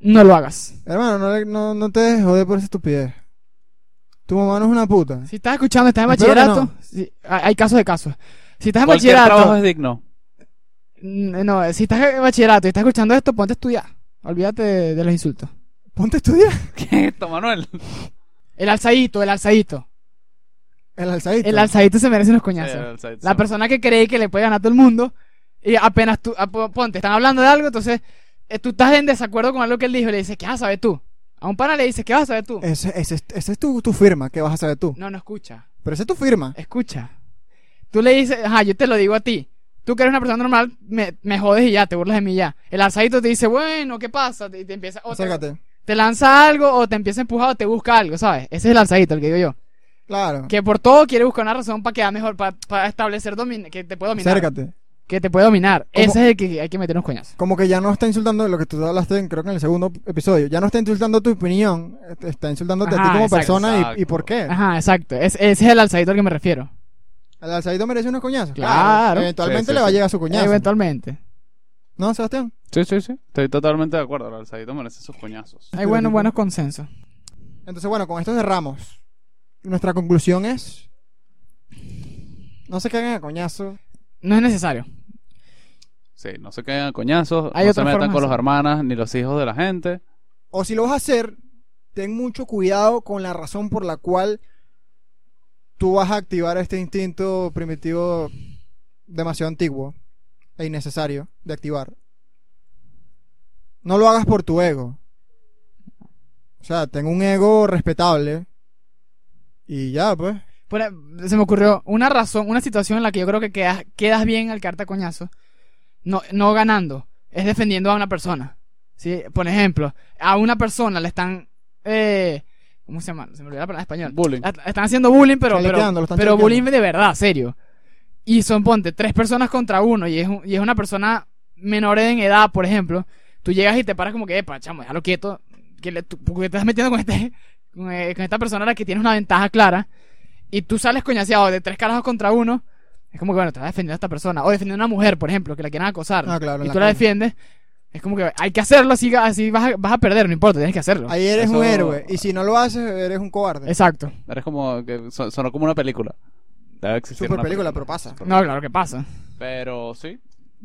Speaker 2: No lo hagas.
Speaker 3: hermano, no, le- no, no te dejes joder por esa estupidez. Tu mamá no es una puta.
Speaker 2: Si estás escuchando, estás en
Speaker 3: Espero que
Speaker 2: bachillerato. si- hay hay casos de casos. Si estás en
Speaker 1: Cualquier trabajo es
Speaker 2: bachillerato.
Speaker 1: digno.
Speaker 2: n- No, si estás en bachillerato y estás escuchando esto, ponte a estudiar. Olvídate de, de los insultos.
Speaker 3: Ponte a estudiar.
Speaker 1: ¿Qué es esto, Manuel?
Speaker 2: El alzadito, el alzadito.
Speaker 3: El alzadito.
Speaker 2: El alzadito se merece unos coñazos.
Speaker 1: Eh, el-
Speaker 2: La persona que cree que le puede ganar a todo el mundo y apenas tú, ah, po- ponte, están hablando de algo, entonces eh, tú estás en desacuerdo con algo que él dijo y le dices, ¿qué vas a saber tú? A un pana le dices, ¿qué vas a saber tú?
Speaker 3: Ese, ese es- esa es tu, tu firma que vas a saber tú.
Speaker 2: No, no escucha,
Speaker 3: Pero esa es tu firma.
Speaker 2: escucha. Tú le dices, ajá, yo te lo digo a ti. Tú que eres una persona normal, me, me jodes y ya, te burlas de mí ya. El alzadito te dice, bueno, ¿qué pasa? Y te empieza, o te,
Speaker 3: Acércate.
Speaker 2: te lanza algo, o te empieza a empujar, o te busca algo, ¿sabes? Ese es el alzadito, el que digo yo.
Speaker 3: Claro.
Speaker 2: Que por todo quiere buscar una razón para quedar mejor, para, establecer domin que te puede dominar.
Speaker 3: Acércate.
Speaker 2: que te puede dominar.
Speaker 3: ¿Cómo?
Speaker 2: Ese es el que hay que meter unos coñazos.
Speaker 3: Como que ya no está insultando lo que tú hablaste, en- creo que en el segundo episodio. Ya no está insultando tu opinión. eh, Está insultándote a ti
Speaker 2: Ajá,
Speaker 3: como
Speaker 2: exacto.
Speaker 3: persona y- y,
Speaker 1: Exacto.
Speaker 3: por qué.
Speaker 2: Ajá, exacto. Es- ese es el alzadito al que me refiero.
Speaker 3: El alzadito merece unos coñazos.
Speaker 2: Claro.
Speaker 3: Eventualmente
Speaker 1: Sí, sí,
Speaker 3: le va a
Speaker 1: sí.
Speaker 3: llegar su coñazo.
Speaker 2: Eventualmente.
Speaker 3: ¿No, Sebastián?
Speaker 1: Sí, sí, sí. Estoy totalmente de acuerdo. El alzadito merece sus coñazos.
Speaker 2: Hay buenos, buenos consensos.
Speaker 3: Entonces, bueno, con esto cerramos. Nuestra conclusión es. No se caguen a coñazo.
Speaker 2: No es necesario.
Speaker 1: Sí, no se queden a coñazos.
Speaker 2: Hay
Speaker 1: no se
Speaker 2: otras
Speaker 1: metan
Speaker 2: formas
Speaker 1: con
Speaker 2: de
Speaker 1: los
Speaker 2: hacer.
Speaker 1: hermanas ni los hijos de la gente.
Speaker 3: O si lo vas a hacer, ten mucho cuidado con la razón por la cual tú vas a activar este instinto primitivo demasiado antiguo e innecesario de activar. No lo hagas por tu ego. O sea, ten un ego respetable. Y ya, pues.
Speaker 2: Por e- se me ocurrió una razón, una situación en la que yo creo que quedas, quedas bien al carta coñazo. No, no ganando. Es defendiendo a una persona. ¿Sí? Por ejemplo, a una persona le están. Eh, ¿Cómo se llama? Se me olvidó la palabra en español.
Speaker 1: Bullying.
Speaker 2: La- Están haciendo bullying, pero, pero,
Speaker 3: Chalequeando, lo están
Speaker 2: pero bullying
Speaker 3: chalequeando.
Speaker 2: de verdad, serio. Y son, ponte, tres personas contra uno y es, un- y es una persona menor en edad, por ejemplo. Tú llegas y te paras como que, epa, chamo, déjalo quieto. Que le, tú- porque te estás metiendo con, este, con, eh, con esta persona a la que tienes una ventaja clara. Y tú sales coñaseado de tres carajos contra uno. Es como que, bueno, te vas defendiendo a esta persona. O defendiendo a una mujer, por ejemplo, que la quieran acosar.
Speaker 3: Ah, claro,
Speaker 2: y
Speaker 3: en la
Speaker 2: tú la
Speaker 3: calle.
Speaker 2: defiendes. Es como que hay que hacerlo, así, así vas, a, vas a perder, no importa, tienes que hacerlo.
Speaker 3: Ahí eres
Speaker 1: Eso-
Speaker 3: un héroe. Y si no lo haces, eres un cobarde.
Speaker 2: Exacto.
Speaker 1: Eres como. Que, son- sonó como una película. Debe existir.
Speaker 3: Super
Speaker 1: una
Speaker 3: película, pero pasa.
Speaker 2: No, claro que pasa.
Speaker 1: Pero sí.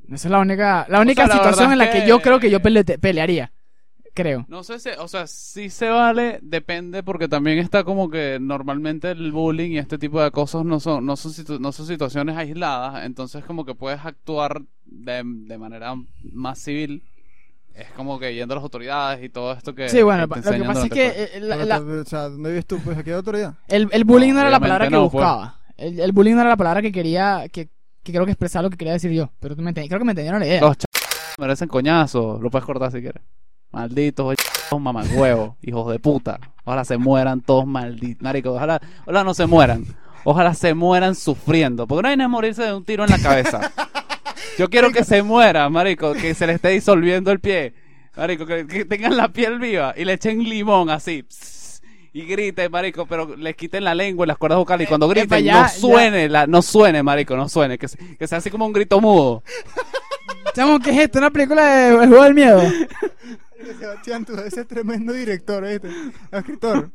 Speaker 2: Esa es la única, la única
Speaker 1: sea, la
Speaker 2: situación
Speaker 1: verdad
Speaker 2: en la
Speaker 1: es
Speaker 2: que...
Speaker 1: que-
Speaker 2: yo creo que yo pele- pelearía. Creo.
Speaker 1: No sé si. O sea, sí se vale. Depende porque también está como que normalmente el bullying y este tipo de cosas no son, no son, situ- no son situaciones aisladas. Entonces, como que puedes actuar de, de manera más civil. Es como que yendo a las autoridades y todo esto que.
Speaker 2: Sí,
Speaker 1: te
Speaker 2: bueno, lo que
Speaker 1: enseñan
Speaker 2: pasa es
Speaker 1: durante
Speaker 2: que
Speaker 1: el colegio.
Speaker 2: eh, la-
Speaker 3: Pero
Speaker 2: la-
Speaker 3: te- o sea, ¿dónde vives tú? Pues aquí hay autoridad.
Speaker 2: el, el bullying no, era la
Speaker 1: obviamente
Speaker 2: palabra que
Speaker 1: no, pues.
Speaker 2: buscaba. El, el bullying no era la palabra que quería, que, que creo que expresar lo que quería decir yo. Pero tú me entendí, creo que me entendieron la idea.
Speaker 1: Los ch... merecen coñazos. Lo puedes cortar si quieres. Malditos ch... mamagüevos, hijos de puta. Ojalá se mueran todos malditos. Marico, ojalá, ojalá no se mueran. Ojalá se mueran sufriendo. Porque no hay nada de morirse de un tiro en la cabeza. Yo quiero que se mueran, marico. Que se le esté disolviendo el pie. Marico, que, que tengan la piel viva y le echen limón así. pss, y griten, marico, pero les quiten la lengua y las cuerdas vocales. Y cuando
Speaker 2: Eh, epa,
Speaker 1: griten,
Speaker 2: ya,
Speaker 1: no suene, la, no suene, marico, no suene. Que, se- que sea así como un grito mudo.
Speaker 2: Chamo, ¿qué es esto? ¿Una película de El Juego del Miedo?
Speaker 3: Sebastián, tú debes ser tremendo director, ¿viste? Escritor.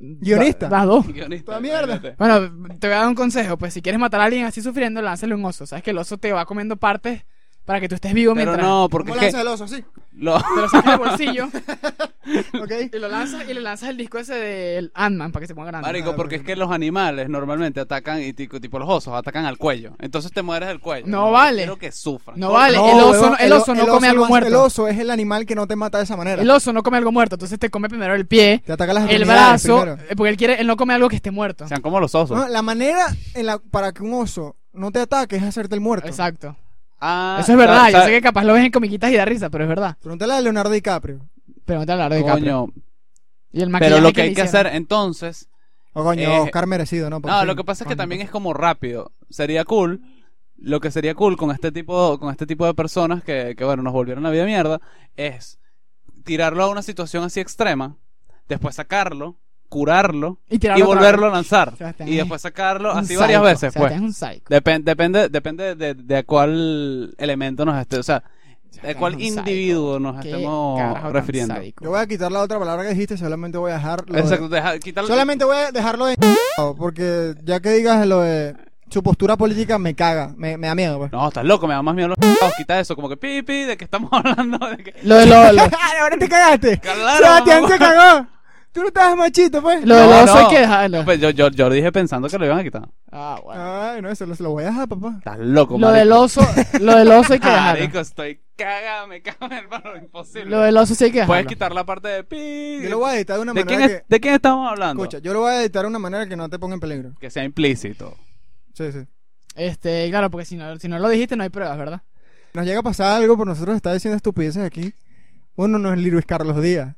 Speaker 3: Guionista.
Speaker 2: Las dos.
Speaker 1: Guionista,
Speaker 3: Toda mierda.
Speaker 1: imagínate.
Speaker 2: Bueno, te voy a dar un consejo. Pues si quieres matar a alguien así sufriendo, lánzale un oso. Sabes que el oso te va comiendo partes para que tú estés vivo
Speaker 1: Pero
Speaker 2: mientras
Speaker 1: no,
Speaker 3: ¿Cómo
Speaker 1: porque es que
Speaker 3: lanzas el oso? Así,
Speaker 1: lo-
Speaker 2: te lo sacas del bolsillo
Speaker 3: ¿ok?
Speaker 2: y lo lanzas y le lanzas el disco ese del Ant-Man para que se ponga grande.
Speaker 1: Marico,
Speaker 3: Ah,
Speaker 1: porque es que los animales normalmente atacan, y tico- tipo, los osos, atacan al cuello. Entonces te mueres del cuello.
Speaker 2: No vale.
Speaker 1: Quiero que sufran.
Speaker 2: No vale, el
Speaker 3: No,
Speaker 2: oso,
Speaker 3: weón,
Speaker 2: no- el oso no
Speaker 3: el
Speaker 2: come algo
Speaker 3: hace-
Speaker 2: muerto.
Speaker 3: El oso es el animal que no te mata de esa manera.
Speaker 2: El oso no come algo muerto, entonces te come primero el pie,
Speaker 3: te
Speaker 1: Ah,
Speaker 3: ataca las
Speaker 2: el
Speaker 3: extremidades
Speaker 2: brazo,
Speaker 3: primero.
Speaker 2: eh, porque él quiere, él no come algo que esté muerto.
Speaker 1: Sean como los osos.
Speaker 3: No, la manera en la, para que un oso no te ataque es hacerte el muerto.
Speaker 2: Exacto.
Speaker 1: Ah,
Speaker 2: Eso es verdad,
Speaker 1: ¿sabes-
Speaker 2: yo sé que capaz lo ves en comiquitas y da risa, pero es verdad.
Speaker 3: Pregúntale a Leonardo DiCaprio.
Speaker 2: Pero no te hablar de DiCaprio.
Speaker 1: Coño,
Speaker 2: Y el maquillaje
Speaker 1: pero lo que hay
Speaker 2: le
Speaker 1: que hacer
Speaker 2: hicieron.
Speaker 1: entonces.
Speaker 3: O Oh, coño,
Speaker 1: Eh,
Speaker 3: Oscar merecido, ¿no? Por
Speaker 1: No,
Speaker 3: fin.
Speaker 1: lo que pasa es que
Speaker 3: Coño,
Speaker 1: también
Speaker 3: por
Speaker 1: es como rápido. Sería cool. Lo que sería cool con este tipo, con este tipo de personas que, que bueno, nos volvieron la vida mierda, es tirarlo a una situación así extrema, después sacarlo, curarlo
Speaker 2: Y,
Speaker 1: y
Speaker 2: tirarlo otra
Speaker 1: volverlo a
Speaker 2: vez.
Speaker 1: lanzar.
Speaker 2: Sebastián,
Speaker 1: Y
Speaker 2: eh,
Speaker 1: después sacarlo
Speaker 2: Un
Speaker 1: así varias
Speaker 2: psycho,
Speaker 1: veces,
Speaker 2: Sebastián
Speaker 1: pues.
Speaker 2: es un psycho.
Speaker 1: Depen- depende, depende de, de a cuál elemento nos esté, o sea, de
Speaker 2: Sebastián
Speaker 1: cuál
Speaker 2: Este es un psycho.
Speaker 1: individuo nos
Speaker 2: Qué
Speaker 1: estemos
Speaker 2: carajo tan
Speaker 1: refiriendo.
Speaker 2: sádico.
Speaker 3: Yo voy a quitar la otra palabra que dijiste, solamente voy a dejar lo de-
Speaker 1: Exacto, deja- quitarle-
Speaker 3: Solamente voy a dejarlo de... Porque ya que digas lo de... Su postura política me caga, me, me da miedo, pues.
Speaker 1: No, estás loco, me da más miedo los p***os, quita eso, como que pipi, de que estamos hablando, de que...
Speaker 2: Lo de lo- lo-
Speaker 3: Ah, ¡Ahora te cagaste!
Speaker 1: Claro,
Speaker 3: ¡Sebastián
Speaker 1: mamá.
Speaker 3: se cagó! Tú no estabas machito, pues.
Speaker 2: lo del
Speaker 1: No,
Speaker 2: oso
Speaker 1: no.
Speaker 2: hay que dejarlo.
Speaker 1: Pues yo, yo, yo dije pensando que lo iban a quitar.
Speaker 2: Ah, bueno.
Speaker 3: Ay, no, eso lo, se lo voy a dejar, papá.
Speaker 1: Estás loco,
Speaker 2: Lo
Speaker 1: marico. Ah,
Speaker 2: del oso, lo del oso hay que
Speaker 1: Marico,
Speaker 2: dejarlo.
Speaker 1: estoy cagado, me cago en el palo, imposible.
Speaker 2: Lo del oso sí hay que
Speaker 1: Puedes
Speaker 2: dejarlo.
Speaker 1: quitar la parte de pi...
Speaker 3: Yo lo voy a editar de una
Speaker 1: ¿De quién,
Speaker 3: manera
Speaker 1: es-
Speaker 3: que...
Speaker 1: ¿De quién estamos hablando?
Speaker 3: Escucha, yo lo voy a editar de una manera que no te ponga en peligro.
Speaker 1: Que sea implícito.
Speaker 3: Sí, sí.
Speaker 2: Este, claro, porque si no, si no lo dijiste no hay pruebas, ¿verdad?
Speaker 3: Nos llega a pasar algo por nosotros está diciendo estupideces aquí. Uno no es Luis Carlos Díaz.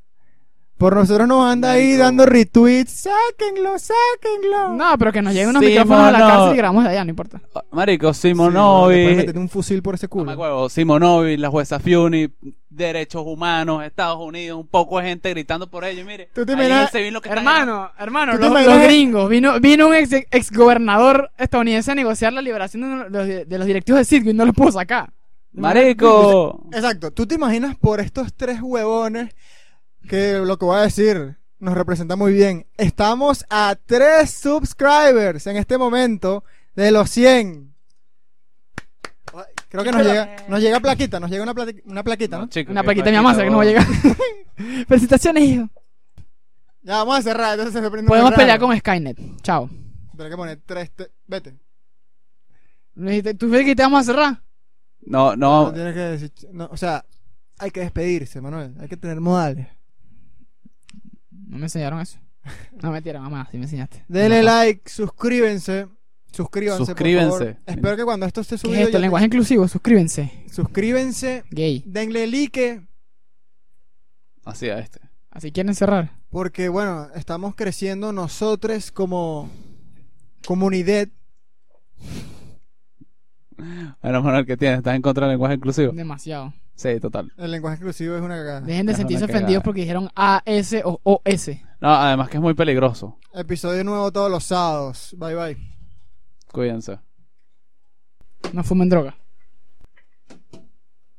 Speaker 3: Por nosotros nos anda ahí
Speaker 1: Marico.
Speaker 3: dando retweets. ¡Sáquenlo, sáquenlo!
Speaker 2: No, pero que nos lleguen unos
Speaker 1: Sí,
Speaker 2: micrófonos a la
Speaker 1: mano.
Speaker 2: cárcel y grabamos de allá, no importa.
Speaker 1: Ah, Marico,
Speaker 3: Sí,
Speaker 1: Simonovi...
Speaker 3: después metete un fusil por ese culo.
Speaker 1: Mamá huevo, Simonovi, la jueza Fiuni, derechos humanos, Estados Unidos, un poco de gente gritando por ellos, mire.
Speaker 3: Tú te
Speaker 1: ahí
Speaker 3: imaginas-
Speaker 1: en el civil lo que están-
Speaker 2: Hermano, hermano,
Speaker 3: ¿Tú te
Speaker 2: los, los
Speaker 3: imaginas-
Speaker 2: gringos. Vino, vino un ex, exgobernador estadounidense a negociar la liberación de los, de los directivos de Citgo y no los pudo sacar.
Speaker 1: Marico.
Speaker 3: Exacto. ¿Tú te imaginas por estos tres huevones que lo que voy a decir nos representa muy bien? Estamos a tres subscribers en este momento de los 100. Creo que nos llega, nos llega plaquita, nos llega una, plati- una plaquita, ¿no?
Speaker 1: No, chico,
Speaker 2: Una
Speaker 1: qué
Speaker 2: plaquita de mi mamá, sé que no va a llegar. Felicitaciones, hijo.
Speaker 3: Ya, vamos a cerrar, entonces se prende
Speaker 2: Podemos
Speaker 3: muy raro.
Speaker 2: pelear con Skynet. Chao.
Speaker 3: Tendré que poner tres. te- Vete.
Speaker 2: Me dijiste, ¿Tú crees que te vamos a cerrar?
Speaker 1: No,
Speaker 3: No
Speaker 1: no.
Speaker 3: tienes que decir. no, o sea, hay que despedirse, Manuel. Hay que tener modales.
Speaker 2: No me enseñaron eso. No, mentira, mamá, sí me enseñaste.
Speaker 3: Denle
Speaker 2: No.
Speaker 3: like, suscríbense. Suscríbanse.
Speaker 1: Suscríbanse.
Speaker 3: Por favor. Espero que cuando esto esté
Speaker 2: ¿Qué
Speaker 3: subido.
Speaker 2: es esto?
Speaker 3: ya-
Speaker 2: Lenguaje inclusivo, suscríbense.
Speaker 3: Suscríbanse.
Speaker 2: Gay.
Speaker 3: Denle like.
Speaker 1: Así a este.
Speaker 2: Así quieren cerrar.
Speaker 3: Porque, bueno, estamos creciendo nosotros como comunidad.
Speaker 1: Bueno, Manuel, ¿qué tienes? ¿Estás en contra del lenguaje inclusivo?
Speaker 2: Demasiado.
Speaker 1: Sí, total.
Speaker 3: El lenguaje exclusivo es una cagada.
Speaker 2: Dejen de
Speaker 1: Es una
Speaker 2: sentirse
Speaker 1: cagada.
Speaker 2: ofendidos porque dijeron AS o OS.
Speaker 1: No, además que es muy peligroso.
Speaker 3: Episodio nuevo todos los sábados. Bye bye.
Speaker 1: Cuídense.
Speaker 2: No fumen droga.